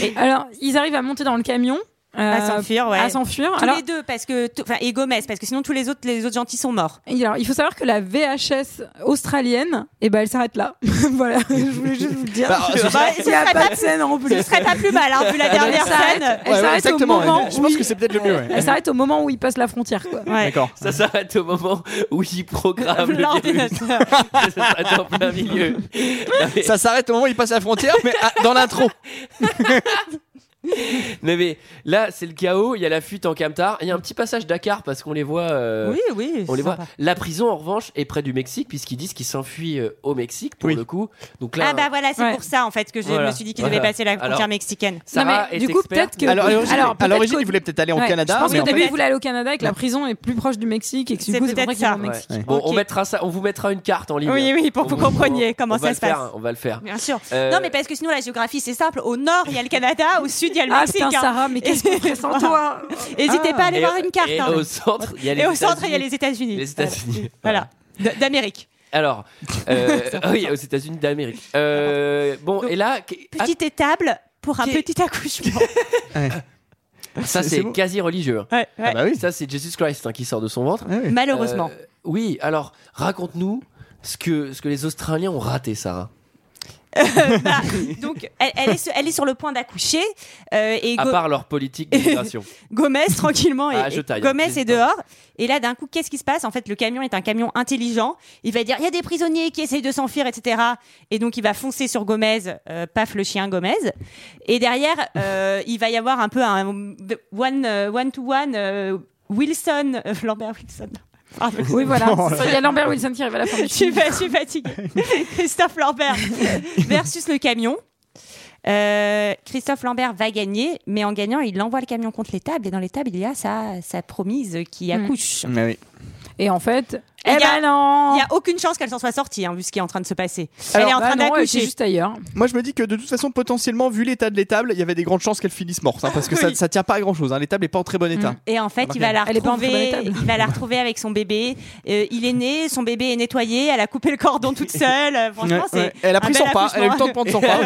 Ouais.
Alors, ils arrivent à monter dans le camion. euh,
à s'enfuir, ouais.
à s'enfuir.
Tous
Alors,
les deux, parce que. t- Enfin, et Gomez, parce que sinon, tous les autres, les autres gentils sont morts.
Et alors, il faut savoir que la VHS australienne, eh ben, elle s'arrête là. voilà, je voulais juste vous le dire.
Bah, c'est-
Bah,
Il n'y a pas de scène en plus.
Ce serait pas plus mal,
Ah,
hein, vu la
bah,
dernière
Ça arrête-
scène.
Elle
Ouais, ouais,
s'arrête au
exactement.
moment
Je
où
pense
il-
que c'est peut-être le mieux. ouais.
Elle s'arrête au moment où il passe la frontière. Quoi.
Ouais.
D'accord.
Ça s'arrête au moment où ils programment le virus.
L'ordinateur.
ça s'arrête en plein milieu. Non, mais-
Ça s'arrête au moment où il passe la frontière, mais à- dans l'intro.
mais, mais là, c'est le chaos. Il y a la fuite en camtar. Il y a un petit passage Dakar parce qu'on les voit. euh,
Oui, oui.
On les voit.
sympa.
La prison, en revanche, est près du Mexique, puisqu'ils disent qu'ils s'enfuient euh, au Mexique, pour
Oui.
le coup. Donc là,
Ah bah voilà, c'est
Ouais.
pour ça en fait que je
Voilà.
me suis dit qu'il
Voilà.
devait passer la frontière
Alors-
mexicaine.
Sarah
mais
est
du coup,
experte.
peut-être que-
Alors, à l'origine,
Alors,
à
peut-être
l'origine,
que-
il voulait peut-être aller au
Ouais,
Canada.
Je pense
mais
qu'au
en fait-
début, il voulait aller au Canada et que la prison est plus proche du Mexique et que du
C'est
coup, c'est pour ça
peut-être
qu'il va au
ça.
Mexique.
Ouais.
Bon, on
Ok.
mettra ça, on vous mettra une carte en ligne.
Oui, oui, pour que
On
vous
vous-
compreniez comment
on va
ça
le
se
faire,
passe.
hein, On va le faire.
Bien sûr.
Euh,
Non mais parce que sinon la géographie c'est simple. Au nord il y a le Canada, au sud il y a le
Ah,
Mexique.
putain, Ah.
hein.
Sarah, mais qu'est-ce qu'on fait sans toi
N'hésitez pas à aller
et-
voir une carte.
Et
hein.
au centre, il y a les
Et au centre il y a
États-Unis.
les États-Unis.
Les États-Unis.
Voilà. D- D'Amérique.
Alors, euh, ah oui, aux États-Unis d'Amérique. Euh, bon,
Donc,
et là, qu- ah,
Petite étable pour un
Qu'est-
petit accouchement.
ça c'est
bon.
quasi religieux. hein.
Ouais, ouais.
Ah bah oui.
Ça c'est Jesus Christ hein, qui sort de son ventre.
Ouais, ouais.
Malheureusement.
Euh, oui, alors raconte-nous ce que, ce que les Australiens ont raté, Sarah. Euh.
Bah, donc elle, elle est, su- elle est sur le point d'accoucher euh, et
À
Go-
part leur politique d'immigration.
Gomez tranquillement et,
Ah, je taille,
et Gomez est
j'hésite pas.
dehors et là d'un coup qu'est-ce qui se passe en fait le camion est un camion intelligent il va dire il y a des prisonniers qui essayent de s'enfuir etc et donc il va foncer sur Gomez euh, paf le chien Gomez et derrière euh, il va y avoir un peu un one euh, one to one euh, Wilson euh, Lambert Wilson Pardon.
Oui, voilà.
Non,
C'est ça, Il y a Lambert Wilson qui arrive à la fin du
je suis,
film.
fa- je suis fatiguée Christophe Lambert versus le camion Euh, Christophe Lambert va gagner, mais en gagnant, il envoie le camion contre les tables, et dans les tables, il y a sa, sa promise qui
Mm.
accouche. Oh.
Mais oui.
Et en fait, eh
Il y a-
ben non
Il n'y a aucune chance qu'elle s'en soit sortie, hein, vu ce qui est en train de se passer.
Alors,
elle est en
Bah
train
non, elle était
d'accoucher.
juste ailleurs.
Moi, je me dis que de toute façon, potentiellement, vu l'état de l'étable, il y avait des grandes chances qu'elle finisse morte. hein, parce que ça, ça tient pas à grand chose. Hein. L'étable est pas en très bon état.
Et en fait,
Remarque,
il va la
elle est pas en
retrouver.
très bon état.
Il va la retrouver avec son bébé. Euh, il est né, son bébé est nettoyé. Elle a coupé le cordon toute seule. Euh, Franchement,
Ouais,
c'est
ouais. Elle a
un
pris
bel
son pas. Elle a eu le temps de prendre son pas.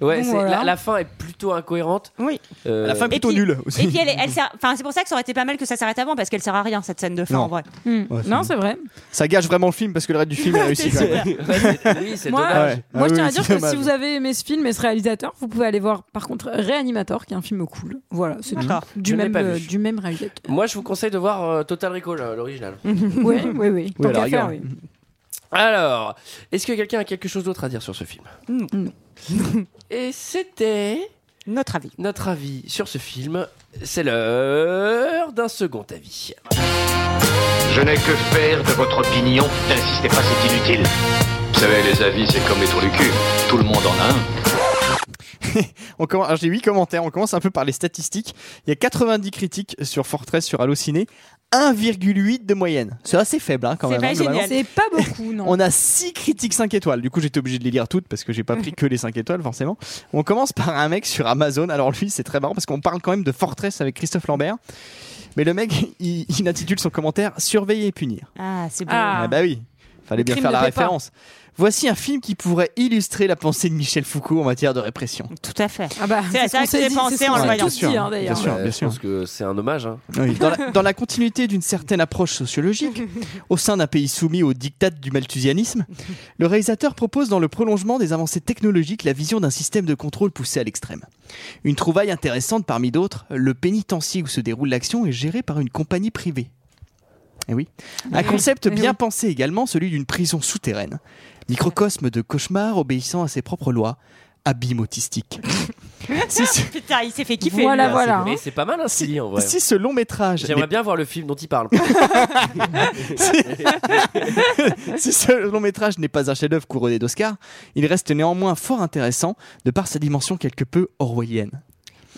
Ouais,
Bon,
c'est-
voilà.
la, la fin est plutôt incohérente.
Oui.
Euh,
La fin est plutôt
puis-
nulle aussi.
Et puis elle, est- elle sert- enfin, c'est pour ça que ça aurait été pas mal que ça s'arrête avant parce qu'elle sert à rien cette scène de fin
Non.
en vrai.
Hmm.
Ouais, c'est
non,
bon.
c'est vrai.
Ça gâche vraiment le film parce que le reste du film est réussi. quand même.
Ouais, c'est- oui, c'est
Moi,
dommage.
Ouais.
Moi,
Ah
je tiens
oui,
à dire
c'est
que
dommage.
si vous avez aimé ce film et ce réalisateur, vous pouvez aller voir par contre Réanimator, qui est un film cool. Voilà, c'est tout.
D'accord.
Du
Je ne l'ai
même,
pas
euh,
vu.
du même réalisateur.
Moi, je vous conseille de voir euh, Total Recall, euh, l'original.
oui, oui, oui. Tant
alors,
qu'à faire,
regarde.
oui.
Alors, est-ce que quelqu'un a quelque chose d'autre à dire sur ce film
Non.
Et c'était
Notre avis.
notre avis sur ce film. C'est l'heure d'un second avis.
Je n'ai que faire de votre opinion. N'insistez pas, c'est inutile.
Vous savez, les avis, c'est comme les trous du cul.
Tout le monde en a un.
On commence- alors, J'ai 8 commentaires. On commence un peu par les statistiques. Il y a 90 critiques sur Fortress, sur Allociné. 1,8 de moyenne. C'est assez faible hein, quand
C'est
même.
pas
hein, globalement.
génial.
C'est pas beaucoup, non.
On a 6 critiques 5 étoiles. Du coup, j'étais obligé de les lire toutes parce que j'ai pas pris que les 5 étoiles, forcément. On commence par un mec sur Amazon. Alors, lui, c'est très marrant parce qu'on parle quand même de Fortress avec Christophe Lambert. Mais le mec, il, il intitule son commentaire Surveiller et punir.
Ah, c'est beau.
Ah.
Ah, bah oui. Fallait bien
crime
faire
de
la
Pépin.
référence. Voici un film qui pourrait illustrer la pensée de Michel Foucault en matière de répression.
Tout à fait.
Ah bah,
C'est
c'est
à ça
ce qu'on
que
s'est dit,
j'ai
c'est
pensé
ce qu'on
en le
s'est
voyant.
tous dit, hein, d'ailleurs.
Bien sûr, bien
euh, je
sûr.
pense que c'est un hommage. hein.
Dans, la, dans la continuité d'une certaine approche sociologique, au sein d'un pays soumis aux dictates du malthusianisme, le réalisateur propose dans le prolongement des avancées technologiques la vision d'un système de contrôle poussé à l'extrême. Une trouvaille intéressante parmi d'autres, le pénitencier où se déroule l'action est géré par une compagnie privée. Eh oui. Un concept
Eh
bien
oui.
pensé également, celui d'une prison souterraine. Microcosme de cauchemar obéissant à ses propres lois, abîme autistique. si, ce,
Putain, il s'est fait kiffer.
Voilà,
lui.
voilà.
Mais
hein.
c'est pas mal un Silly en vrai.
si ce long métrage
J'aimerais bien voir le film dont il parle.
Si ce long métrage n'est pas un chef-d'œuvre couronné d'Oscar, il reste néanmoins fort intéressant de par sa dimension quelque peu orwellienne.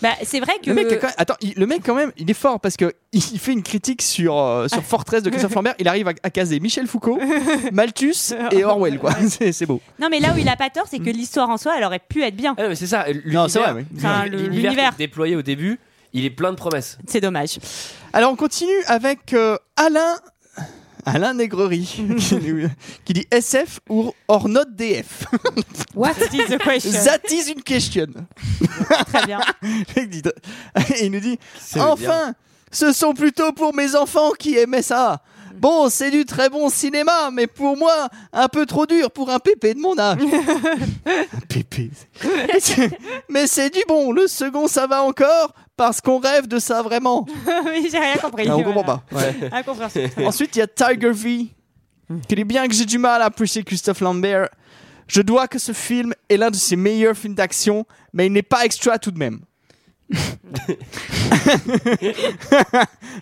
Bah, c'est vrai que.
Le mec, a quand même, attends, il- le mec quand même, il est fort parce que il fait une critique sur euh, sur Fortress de Christophe Lambert. Il arrive à, à caser Michel Foucault, Malthus et Orwell quoi. C'est c'est beau.
Non, mais là où il a pas tort, c'est que l'histoire en soi, elle aurait pu être bien.
Ah non, mais c'est ça.
Non, c'est vrai, oui.
Enfin, le-
L'univers qui
l'univers.
est déployé au début, il est plein de promesses.
C'est dommage.
Alors on continue avec euh, Alain. Alain Négrerie qui, nous- qui dit SF ou hors note DF.
What is the question
That is une question.
Très bien.
Le mec dit- Et il nous dit Enfin, ce sont plutôt pour mes enfants qui aimaient ça. Bon, c'est du très bon cinéma, mais pour moi, un peu trop dur pour un pépé de mon âge. un pépé. c'est- mais c'est du bon, le second ça va encore, parce qu'on rêve de ça vraiment.
Oui, j'ai rien compris.
Ah, on comprend pas.
pas. Incompréhensible.
Ensuite, il y a Tiger V, qui dit bien que j'ai du mal à apprécier Christophe Lambert. Je dois que ce film est l'un de ses meilleurs films d'action, mais il n'est pas extra tout de même.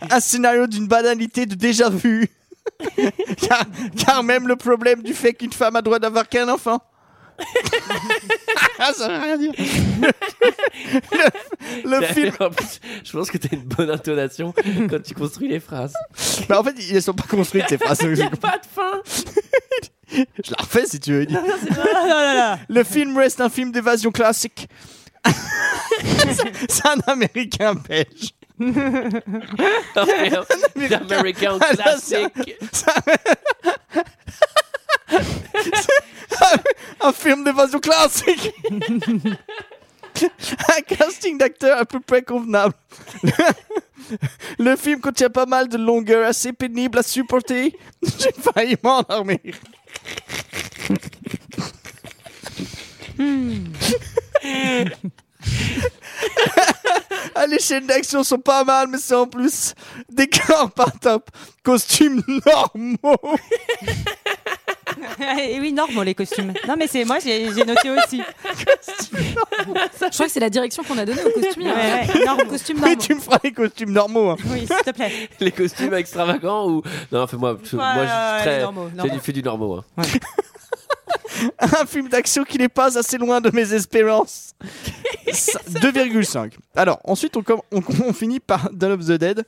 un scénario d'une banalité de déjà vu. car, car même le problème du fait qu'une femme a droit d'avoir qu'un enfant. Ah, ça veut rien dire. Le- le- le film
En plus, je pense que t'as une bonne intonation quand tu construis les phrases.
Mais Bah, en fait, ils ne sont pas construites, ces phrases. Il n'y a pas de fin. Je la refais si tu veux.
Oh
Le film reste un film d'évasion classique. C'est un américain belge.
The American Classic.
C'est un- un film d'évasion classique. un casting d'acteurs à peu près convenable. Le film contient pas mal de longueur assez pénible à supporter. J'ai failli m'endormir. Ah, les chaînes d'action sont pas mal, mais c'est en plus décors pas top, costumes normaux.
Et oui, normaux les costumes. Non, mais c'est moi, j'ai j'ai noté aussi.
Je crois que c'est la direction qu'on a donnée au costume.
Ouais, ouais, énorme.
costume
Mais
normaux.
tu me feras les costumes normaux. hein.
Oui, s'il te plaît.
Les costumes extravagants ou. Non, fais-moi. je- Moi, je
Ouais,
suis très.
les normaux,
j'ai
normaux.
du- fais du normaux. hein.
Un film d'action qui n'est pas assez loin de mes espérances. Ça- 2,5. Alors, ensuite, on, com- on, on finit par Dawn of the Dead.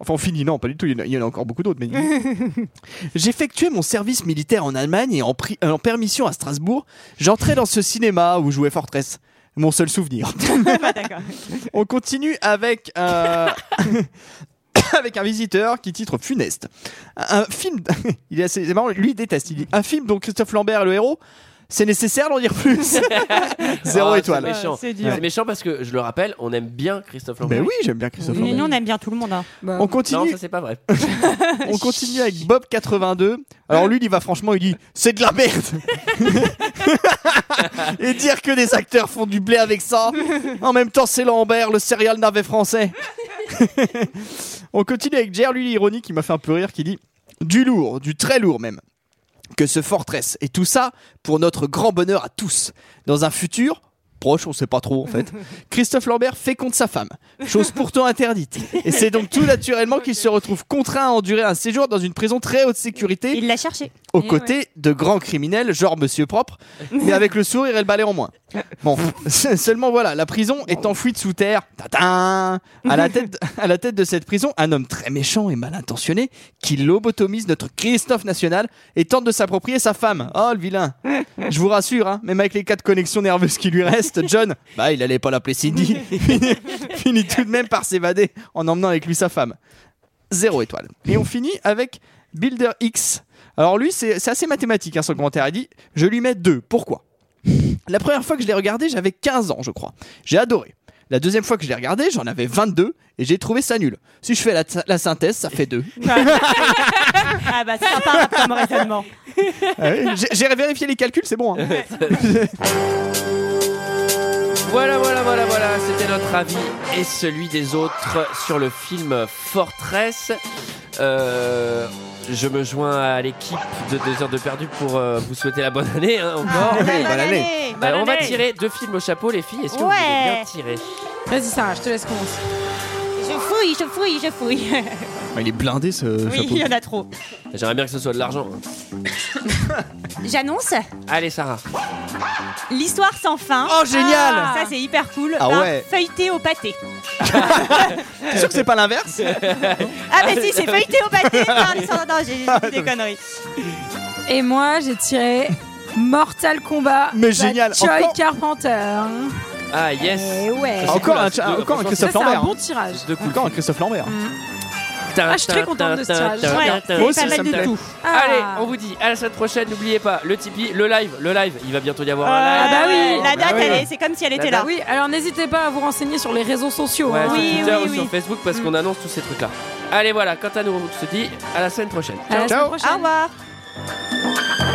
Enfin, on finit, non, pas du tout, il y en a, il y en a encore beaucoup d'autres. Mais... J'effectuais mon service militaire en Allemagne et en, pri- euh, en permission à Strasbourg. J'entrais dans ce cinéma où jouait Fortress. Mon seul souvenir.
Ouais, D'accord.
On continue avec euh, avec un visiteur qui titre funeste. Un un film, il est assez c'est marrant, lui il déteste. Il dit un film dont Christophe Lambert est le héros. C'est nécessaire d'en dire plus. Zéro
Ah,
étoile.
C'est méchant.
C'est dur.
C'est méchant parce que je le rappelle, on aime bien Christophe
Mais
Lambert.
oui, j'aime bien Christophe
Mais
Lambert.
nous, on aime bien tout le monde. hein.
Bah,
On
Non,
continue,
ça c'est pas vrai.
on continue avec Bob 82. Alors lui, il va franchement, il dit c'est de la merde. Et dire que des acteurs font du blé avec ça. En même temps, c'est Lambert, le serial navet français. On continue avec Jer, lui l'ironie qui m'a fait un peu rire, qui dit du lourd, du très lourd même. Que ce fortress et tout ça pour notre grand bonheur à tous. Dans un futur proche, on sait pas trop en fait. Christophe Lambert féconde sa femme, chose pourtant interdite. Et c'est donc tout naturellement qu'il se retrouve contraint à endurer un séjour dans une prison très haute sécurité
Il l'a cherché.
aux
Et
côtés de grands criminels, genre Monsieur Propre, mais avec le sourire et le balai en moins. Bon, seulement voilà, la prison est enfouie de sous terre. Tadam à la, tête, à la tête de cette prison, un homme très méchant et mal intentionné qui lobotomise notre Christophe National et tente de s'approprier sa femme. Oh, le vilain Je vous rassure, hein, même avec les quatre connexions nerveuses qui lui restent, John, bah il allait pas l'appeler Cindy, finit, finit tout de même par s'évader en emmenant avec lui sa femme. Zéro étoile. Et on finit avec Builder X. Alors lui, c'est c'est assez mathématique, hein, son commentaire. Il dit Je lui mets 2. Pourquoi La première fois que je l'ai regardé, j'avais 15 ans, je crois. J'ai adoré. La deuxième fois que je l'ai regardé, j'en avais 22 et j'ai trouvé ça nul. Si je fais la, la synthèse, ça fait 2.
Ah bah c'est sympa comme raisonnement.
Ah J'ai vérifié les calculs, c'est bon. hein.
Voilà, voilà, voilà, voilà, c'était notre avis et celui des autres sur le film Fortress. Euh, je me joins à l'équipe de 2 heures de perdu pour euh, vous souhaiter la bonne année hein, encore.
Ouais, Ah, bonne année. Bah,
Euh, on va tirer deux films au chapeau, les filles. Est-ce que vous voulez
Ouais.
bien tirer
Vas-y, Sarah, je te laisse commencer.
Je fouille, je fouille, je fouille.
Ah, Il est blindé ce
oui,
chapeau.
il y en a trop.
J'aimerais bien que ce soit de l'argent. hein.
J'annonce
Allez, Sarah.
l'histoire sans fin.
Oh, génial
Ah, Ça c'est hyper cool.
Ah
Par
ouais.
Feuilleté au pâté.
T'es sûr que c'est pas l'inverse
Ah mais si c'est feuilleté au pâté. par Alexandre- Non, j'ai j'ai dit des conneries.
Et moi, j'ai tiré Mortal Kombat.
Mais
by
génial,
Troy
encore-
Carpenter.
Ah, yes.
Eh
Ça,
ouais.
c'est
Encore
cool,
un-
hein, c'est
un-
deux-
encore un
franchement,
Ça,
Christophe
c'est un
Lambert.
bon tirage.
c'est deux cool.
Encore un Christophe Lambert. hein.
Mm.
Tin,
Ah, je suis très
tin,
contente de ce
tin,
tirage.
tin,
Ouais,
tin, tin,
Moi aussi,
tin,
ça
tin,
me
tin.
plaît.
Ah.
Allez, on vous dit à la semaine prochaine. N'oubliez pas le Tipeee, le live, le live. Il va bientôt y avoir un live.
Ah
bah oui.
La date,
Bah oui.
elle est- c'est comme si elle était
La
là.
date.
Oui, alors n'hésitez pas à vous renseigner sur les réseaux sociaux.
Ouais,
hein.
sur
Oui,
Twitter
oui,
ou sur
oui.
Facebook parce qu'on annonce tous ces trucs-là.
Euh,
Allez, voilà, quant à nous, on se dit à la semaine prochaine.
À la semaine
Ciao.
prochaine.
Au revoir.